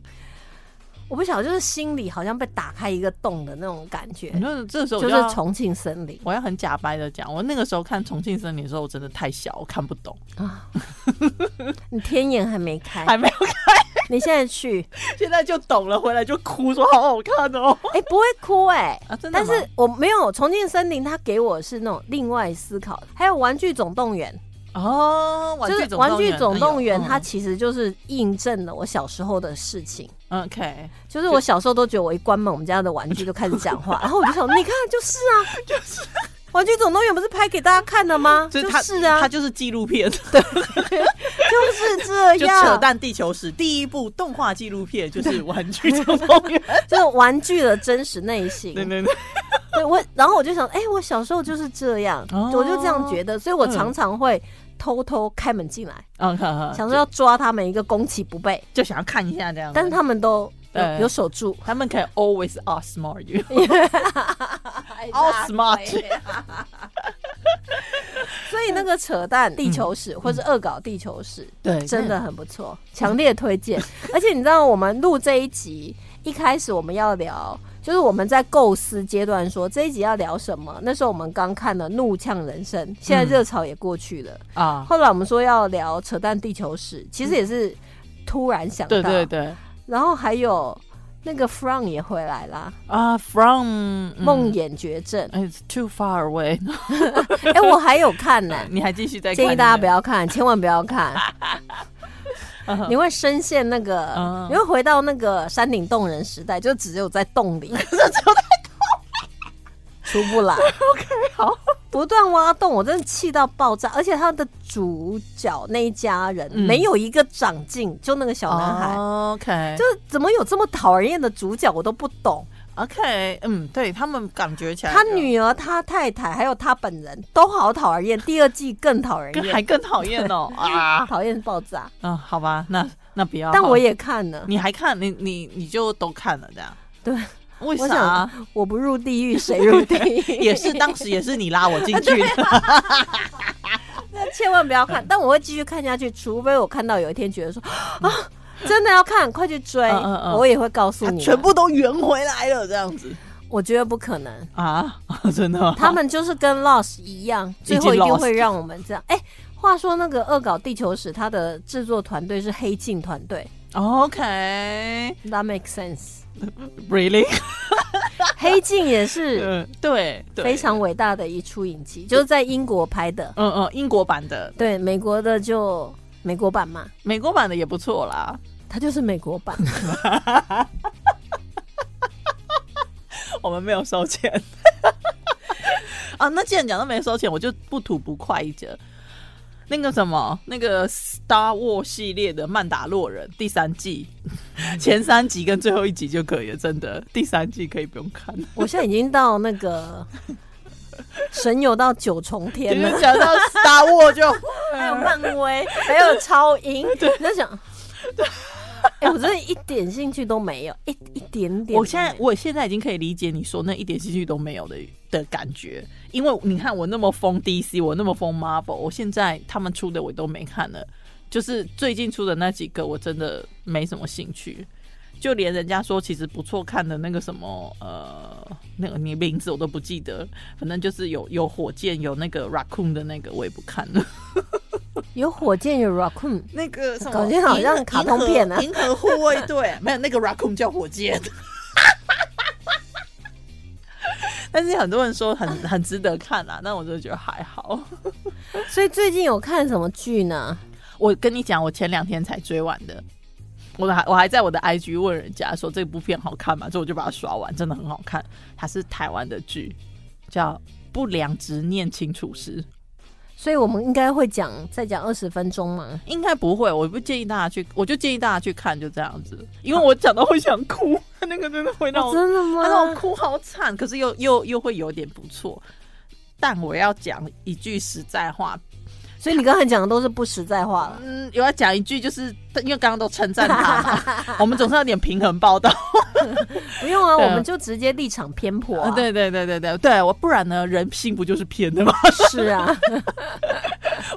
我不晓得，就是心里好像被打开一个洞的那种感觉
你，说这时候
就
我要
是重庆森林
我要很假掰的讲，我那个时候看《重庆森林》的时候，我真的太小，我看不懂，
啊，你天眼还没开，
还没有
你现在去，
看，现在就懂了，回来就哭说好好看哦。
(laughs) 哎、不会哭哎、
啊，真的
但
吗
是我没有《重庆森林》，它给我是那种另外思考的，还有《玩具总动员》，
哦，玩
就是
具
《玩具总动员》，哎它
它
其实就是印证了我小时候的事情。
OK，
就是我小时候都觉得我一关门，我们家的玩具就开始讲 (laughs) 话，然后我就想，你看就是啊，就是《玩具总动员》不是拍给大家看的吗？就
就是它
是啊
它，就是纪录片，
就是这
就
样，
扯淡地球史第一部动
(laughs)
画纪录片就是《玩具总动员》，
就是玩具的真实内心。
对对对，
(laughs) 对我，然后我就想，哎、我小时候就是这样，
哦
我就这样觉得，所以我
嗯
常常会偷偷开门进来，
嗯，呵呵
想说要抓他们一个攻其不备，
就想要看一下这样子，
但是他们都有
嗯对
有守住。
他们可以 always outsmart
(laughs)
you。哦
好
smart (laughs)
所以那个扯淡地球史或是恶搞地球史，
嗯对，嗯
真的很不错，强烈推荐。而且你知道，我们录这一集一开始我们要聊，就是我们在构思阶段说这一集要聊什么。那时候我们刚看了《怒呛人生》，现在热潮也过去了。
啊，
后来我们说要聊扯淡地球史，其实也是突然想到。
对对。对
然后还有那个 From 也回来啦，
啊，from 嗯哎
梦魇绝症。
It's too far away。 (laughs)
哎、我还有看呢、
你还继续在
建议大家不要看，千万不要 (laughs) 看，你会深陷那个，
嗯
你会回到那个山顶洞人时代，就只有在洞 (laughs) 里， (laughs) 出不来。OK， (laughs)
好，
不断挖洞，我真的气到爆炸。而且他的主角那一家人、
嗯
没有一个长进，就那个小男孩，
OK，
就是怎么有这么讨人厌的主角，我都不懂。
OK，嗯，对他们感觉起来，
他女儿、他太太还有他本人都好讨人厌，第二季更讨人
跟还
厌，
更讨厌哦啊，
讨厌爆炸。
嗯，好吧，那那不要，
但我
也
也看了，
你还看你你你就都看了这样，
对，
为
我
啥？
想我不入地狱谁入地狱？
(laughs) 也是当时也是你拉我进去
啊
的，
那 (laughs) 千万不要
嗯
看，但我会继续看下去，除非我看到有一天觉得说啊，真的要看，快去追，
嗯嗯嗯
我也会告诉
他
你。
(laughs)
啊
全，部都圆回来了这样子
我觉得不可能，
啊， (laughs) 真的吗，
他们就是跟 Lost 一样，
已经
最后一定
Lost
会让我们这样。哎、话说那个《恶搞地球史》，它的制作团队是黑镜团队
OK，Really？
，That makes
(laughs)
sense。黑镜也是
嗯， (laughs) 对，对
非常伟大的一出影集，就是在英国拍的，
嗯嗯，英国版的，
对，美国的就美国版嘛。
美国版的也不错啦。
它就是美国版，
我们没有收钱 (laughs) 啊。那既然讲到没收钱，我就不吐不快一折。那个什么，那个 Star War 系列的《曼达洛人》第三季，前三集跟最后一集就可以了，真的，第三季可以不用看。
我现在已经到那个神游到九重
就
天了
是，讲到 Star War 就，
还有漫威，还有超英，你在想，哎、我真的一点兴趣都没有，一一点点。欸
我现在我现在已经可以理解你说那一点兴趣都没有的的感觉，因为你看我那么疯 DC，我那么疯 Marvel，我现在他们出的我都没看了，就是最近出的那几个我真的没什么兴趣，就连人家说其实不错看的那个什么呃那个你名字我都不记得，反正就是有有火箭有那个 Raccoon 的那个我也不看了，
有火箭，有 raccoon，(laughs)
那个什么
感觉好像
银河
卡通片啊
银河银河护卫
(laughs)
队没有那个 Raccoon 叫火箭。 (laughs) 但是很多人说很 (laughs) 很值得看啊，但我就觉得还好。
所以最近有看什么剧呢？
我跟你讲，我前两天才追完的，我还我还在我的 IG 问人家说这部片好看吗？之后我就把它刷完，真的很好看。它是台湾的剧，叫《不良执念清除师》。
所以我们应该会讲再讲二十分钟嘛。
应该不会，我不建议大家去，我就建议大家去看，就这样子，因为我讲到会想哭， (laughs) 那个真的会让我
哦真的
(laughs) 他让
吗？
我哭好惨，可是又又又会有点不错。但我要讲一句实在话，
所以你刚才讲的都是不实在话了。
嗯，有要讲一句，就是因为刚刚都称赞他 (laughs) 嘛，我们总是要点平衡报道。
不用啊，
对啊
我们就直接立场偏颇、啊。，
(laughs) 对对对对对对，我不然呢，人性不就是偏的吗？ (laughs)
是啊。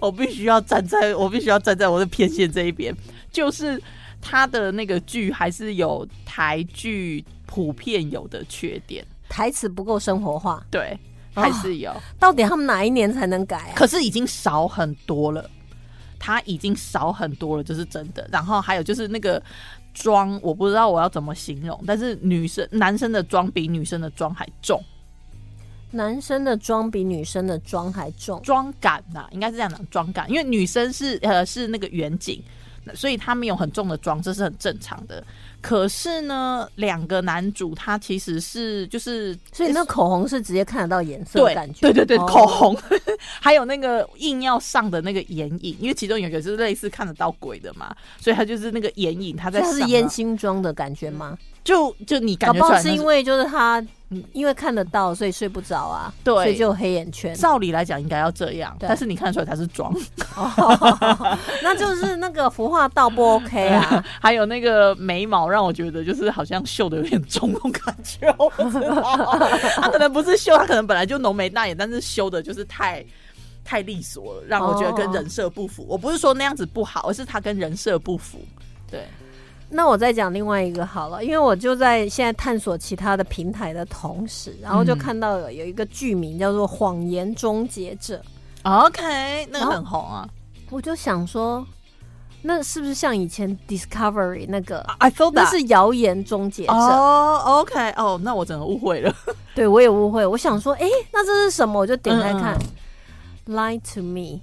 我必须要站在我必须要站在我的偏见这一边，就是他的那个剧还是有台剧普遍有的缺点，
台词不够生活化，
对，
哦
还是有。
到底他们哪一年才能改啊？
可是已经少很多了，它已经少很多了，这、是真的。然后还有就是那个妆，我不知道我要怎么形容，但是女生男生的妆比女生的妆还重，
男生的妆比女生的妆还重，
妆感呐、应该是这样讲，妆感，因为女生是呃是那个远景。所以他们有很重的妆，这是很正常的。可是呢，两个男主他其实是就是，
所以那口红是直接看得到颜色的
对
感觉，
对对对，
哦
口红， (laughs) 还有那个硬要上的那个眼影，因为其中有一个是类似看得到鬼的嘛，所以他就是那个眼影，他
所
在
以它是
上
烟
啊
心妆的感觉吗？
就就你感
搞不
觉出
好
来
是因
为
为就是他
嗯
因为看得到，所以睡不着啊，
对
所以就有黑眼圈。
照理来讲应该要这样，
对
但是你看得出来他是装。
哦，那就是那个服化
(laughs)
道不 OK 啊，
还有那个眉毛让我觉得就是好像绣的有点重那种感觉， (laughs) 我不知道，他可能不是绣，他可能本来就浓眉大眼，但是修的就是太。太利索了，让我觉得
哦
跟人设不符。我不是说那样子不好，而是他跟人设不符。对，
那我再讲另外一个好了，因为我就在现在探索其他的平台的同时，然后就
嗯
看到有有一个剧名叫做《谎言终结者》，
OK，那
然
个
后
很红啊。
我就想说，那是不是像以前 Discovery 那个？
I feel
那是谣言终结者，
哦、o k 哦、那我整个误会了。
对我也误会。我想说，诶，那这是什么？我就点开
嗯
看、l i e to me。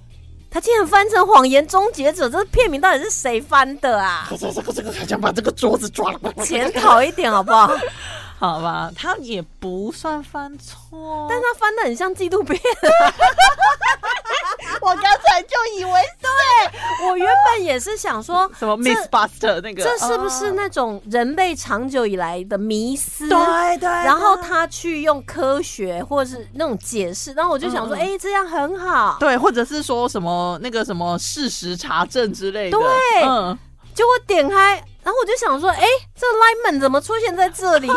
他竟然翻成“谎言终结者”，这片名到底是谁翻的啊？
这个这个，还想把这个桌子抓了。
检讨一点好不
(laughs)
好？
好吧，他也不算犯错，
但他翻的很像纪录片，
我刚才就以为
我原本也是想说，
什么 Miss Buster 那个，
这是不是
哦
那种人类长久以来的迷思？
对啊对，
然后
对
他去用科学或者是那种解释，然后我就想说，
嗯嗯
诶，这样很好。
对，或者是说什么那个什么事实查证之类的，
对
嗯，
结果点开，然后我就想说，诶，这 Line 怎么出现在这
(laughs)
里？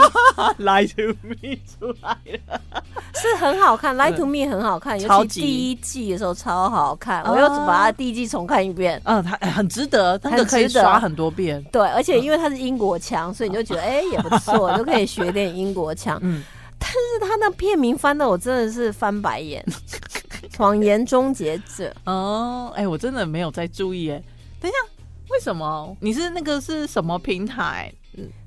来 to me 出来了，
是很好看，《Lie to Me》很好看，尤
嗯超
其
级
第一季的时候超好看，
哦
我又把它第一季重看一遍。
嗯，他哎很值得，那个可以
很值得
刷很多遍，
对，而
嗯
且因为它是英国腔，所以你就觉得哎、也不
(laughs)
错，就可以学点英国腔。
嗯，
但是它那片名翻的我真的是翻白
(laughs)
眼，《谎言终结者
哦，哎，我真的没有在注意，哎，等一下，为什么你是那个是什么平台？》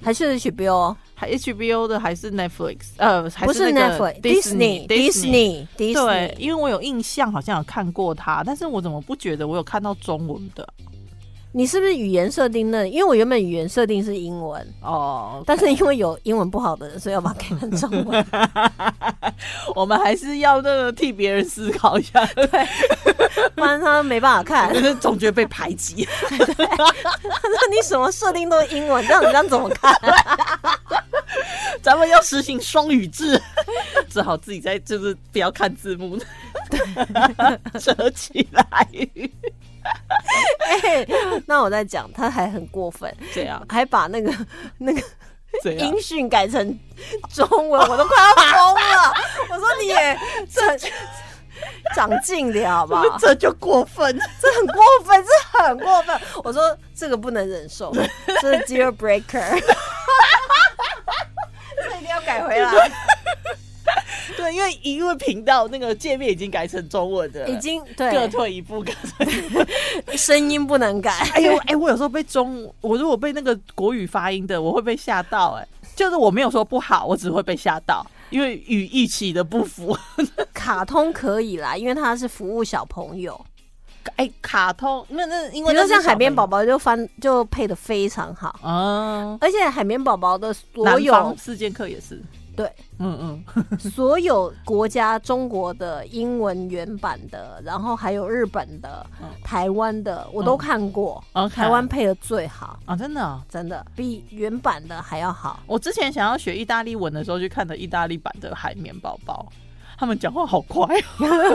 还是 HBO，
还 HBO 的还是 Netflix？呃，还
不是
那个
Netflix，Disney
Disney。
Disney Disney，
对，因为我有印象，好像有看过它，但是我怎么不觉得我有看到中文的？
你是不是语言设定那里？因为我原本语言设定是英文，
哦，
(laughs) 但是因为有英文不好的人，所以要把它改成中文。
我们还是要那个替别人思考一下，
不然他没办法看。 (laughs)
就是总觉得被排挤。
那你什么设定都是英文，这样人家怎么看？
咱们要实行双语制，只好自己在就是不要看字幕， (laughs) 折起来。
嘿哎那我在讲，他还很过分，
这样
还把那个那个 (laughs)
这样
音讯改成中文，我都快要疯了。我说你也这长进点好不好？
这就过分。
这很过分，这很过分。我说这个不能忍受，这是 deal breaker。这一定要改回来，
(laughs) 对，因为因为频道那个界面已经改成中文的了，
已经
各
对
退一步。各退一步
声音不能改。
(laughs) 哎呦，哎，我有时候被中，我如果被那个国语发音的，我会被吓到、哎，就是我没有说不好，我只会被吓到，因为语义起的不符。
(laughs) 卡通可以啦，因为它是服务小朋友。
(laughs) 哎、卡通，那那因
比
为
如说像海绵宝
宝
宝就翻就配的非常好，
啊，
而且海绵宝宝的所
南
有
方四剑客也是，
(laughs) 对
嗯嗯，
所有国家中国的英文原版的，然后还有日本的、
嗯
台湾的，我都看过，
哦，
台湾配的最好，
啊，真的啊、
真的比原版的还要好。
我之前想要学意大利文的时候，去看的意大利版的海绵宝宝。他们讲话好快、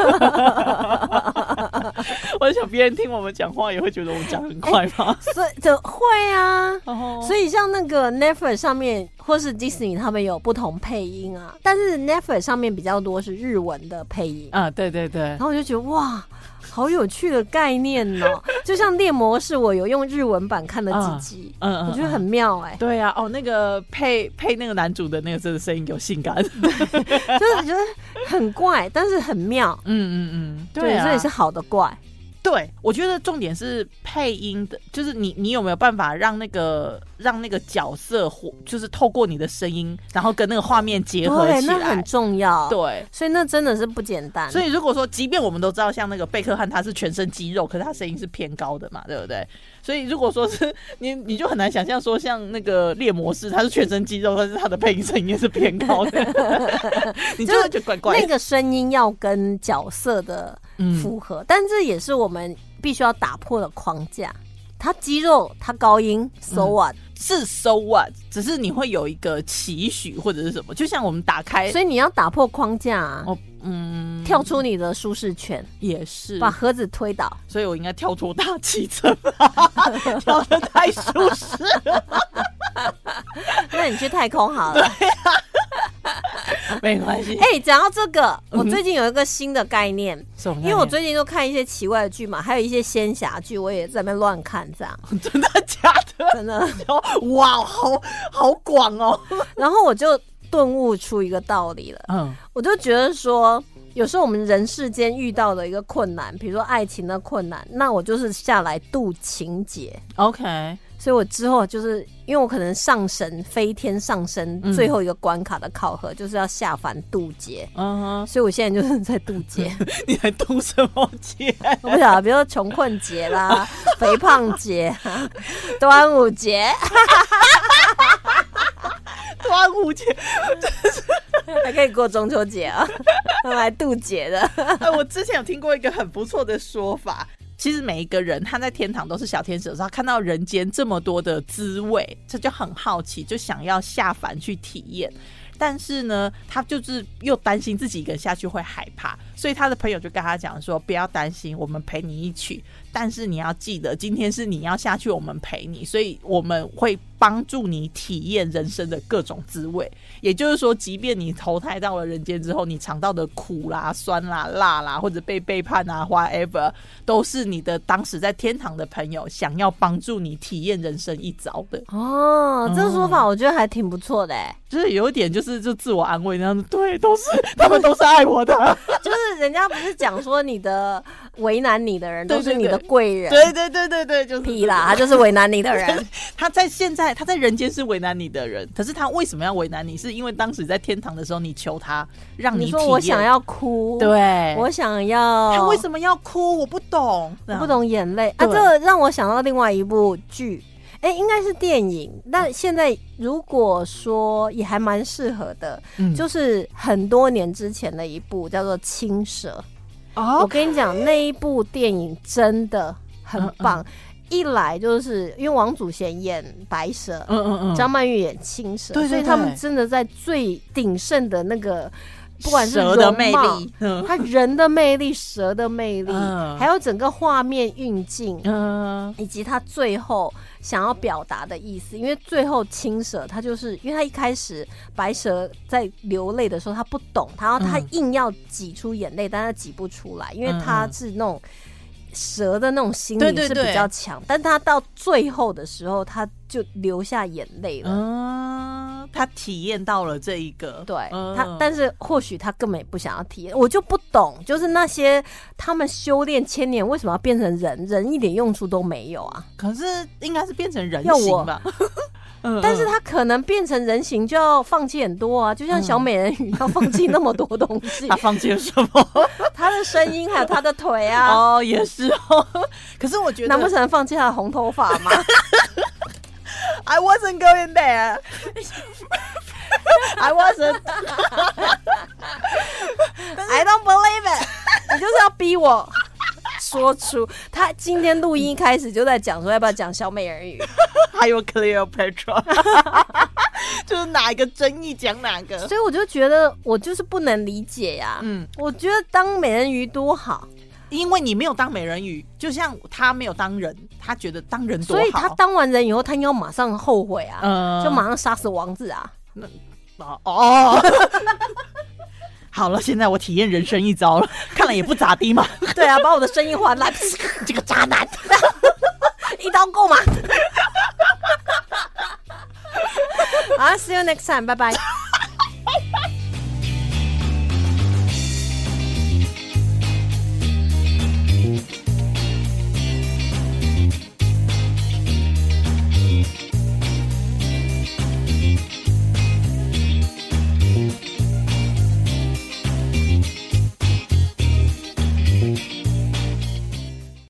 哦， (laughs) 我想别人听我们讲话也会觉得我们讲很快吧。
所以这会啊。
哦，
所以像那个 Netflix 上面或是 Disney 他们有不同配音啊，但是 Netflix 上面比较多是日文的配音，
啊，对对对
然，后我就觉得哇，好有趣的概念
(laughs)
哦！就像《猎魔士》，我有用日文版看了几集，
嗯嗯，
我觉得
嗯
很妙哎、
对啊。哦，那个配配那个男主的那个真的声音有性感， (laughs) 啊
就是觉得很怪，但是很妙。
嗯嗯嗯，对啊，
所以是好的怪。
对，我觉得重点是配音的，就是你你有没有办法让那个让那个角色活，就是透过你的声音，然后跟那个画面结合
对，
起
那很
来。
重要。，
对，
所以那真的是不简单。
所以如果说，即便我们都知道，像那个贝克汉他是全身肌肉，可是他声音是偏高的嘛，对不对？所以如果说是你，你就很难想象说，像那个猎魔士他是全身肌肉，但是他的配音声音也是偏高 (laughs) 的，你就会觉得怪怪
那
的。嗯
个声音要跟角色的符合，但这也是我们必须要打破的框架。他肌肉，他高音，so what？、
是 so what，只是你会有一个期许或者是什么，就像我们打开
所以你要打破框架、啊，
哦，嗯，
跳出你的舒适圈，
也是
把盒子推倒。 (laughs)
所以我应该跳脱大气层， (laughs) 跳的太舒适了。
那你去太空好 (laughs) 了。
(laughs) 没关系，
哎、讲到这个，我
嗯
最近有一个新的概念，
因
因为我最近就看一些奇怪的剧嘛，还有一些仙侠剧，我也在那边乱看，这样
(laughs) 真的假的？
(laughs) 真的。
哇，好好广哦。
(laughs) 然后我就顿悟出一个道理了，
嗯
我就觉得说，有时候我们人世间遇到的一个困难，比如说爱情的困难，那我就是下来渡情劫。
，OK，嗯
所以我之后就是因为我可能上升飞天上升
嗯
最后一个关卡的考核，就是要下凡渡劫。
嗯哼，
所以我现在就是在渡劫，
(laughs)
(laughs)
你还读什么节？
我不晓得，比如说穷困节 (laughs) 啦、肥胖节、啊、 (laughs) 端午节，
端午节？
(laughs) 还可以过中秋节啊， (laughs) 用来渡劫的。
哎，我之前有听过一个很不错的说法。其实每一个人他在天堂都是小天使的时候，他看到人间这么多的滋味，他就很好奇，就想要下凡去体验。但是呢，他就是又担心自己一个人下去会害怕，所以他的朋友就跟他讲说：“不要担心，我们陪你一起。但是你要记得，今天是你要下去，我们陪你，所以我们会帮助你体验人生的各种滋味。也就是说，即便你投胎到了人间之后，你尝到的苦啦、酸啦、辣啦，或者被背叛啊，whatever，都是你的当时在天堂的朋友想要帮助你体验人生一遭的。”
哦，这个说法我觉得还挺不错的、欸，
就是有一点就是就自我安慰那样子，对，都是他们都是爱
(laughs)
我的，
就是人家不是讲说你的为难你的人
对
都
对
是你的贵人，
对对对对对，就是
屁
(laughs)
啦，他就是为难你的人。
他在现在他在人间是为难你的人，可是他为什么要为难你？是因为当时在天堂的时候你求他 (laughs) 让
你
体
说
验，
我想要哭，，
对，
我想要，
他为什么要哭？我不懂，
我不，懂眼泪啊？
对
这个让我想到另外一部剧，哎、应该是电影，但现在如果说也还蛮适合的，
嗯
就是很多年之前的一部叫做《青蛇》。我
哦，
跟你讲，那一部电影真的
嗯
很棒。一来就是因为王祖贤演白蛇，
嗯嗯嗯，
张曼玉演青蛇，
对对
所以
对
他们真的在最鼎盛的那个，不管是
蛇的
容
魅
貌
力，嗯
他人的魅力、蛇的魅力，
嗯
还有整个画面运镜。
嗯
以及他最后想要表达的意思，因为最后青蛇他就是，因为他一开始白蛇在流泪的时候，他不懂，然后他
嗯
硬要挤出眼泪，但他挤不出来，因为
嗯
他
嗯
是那种蛇的那种心
对
理
对
是
对
比较强，但他到最后的时候，他就流下眼泪了。
嗯，他体验到了这一个，
对、
嗯
他，但是或许他根本也不想要体验，我就不懂，就是那些他们修炼千年，为什么要变成人？人一点用处都没有啊！
可是应该是变成人
要我
形吧， (laughs) 嗯
但是
嗯
他可能变成人形就要放弃很多啊，就像小美人鱼要放弃那么多东西
(laughs) 他，放弃了什么？
他的声音还有他的腿啊，
哦，也是哦。可是我觉
难不
得
成放弃他的红头发
(laughs)
吗？
I wasn't going there. (laughs) I wasn't. (laughs)
I don't believe
(laughs)
it！你就是要逼我说出他今天录音一开始就在讲说要不要讲小美
(laughs)
人鱼，
还有 Cleopatra，就是 (laughs) 哪一个争议讲哪个。
所以我就觉得我就是不能理解呀、
嗯，
我觉得当美人鱼多好，
因为你没有当美人鱼，就像他没有当人，他觉得当人多
所以他
好。
当完人以后，他应该马上后悔啊，
嗯
就马上杀死王子啊。
哦哦。 (laughs) 好了，现在我体验人生一遭了，看来也不咋地嘛。
对啊，把我的声音还来，
这个渣男，
一刀够吗？好，see you next time，拜拜。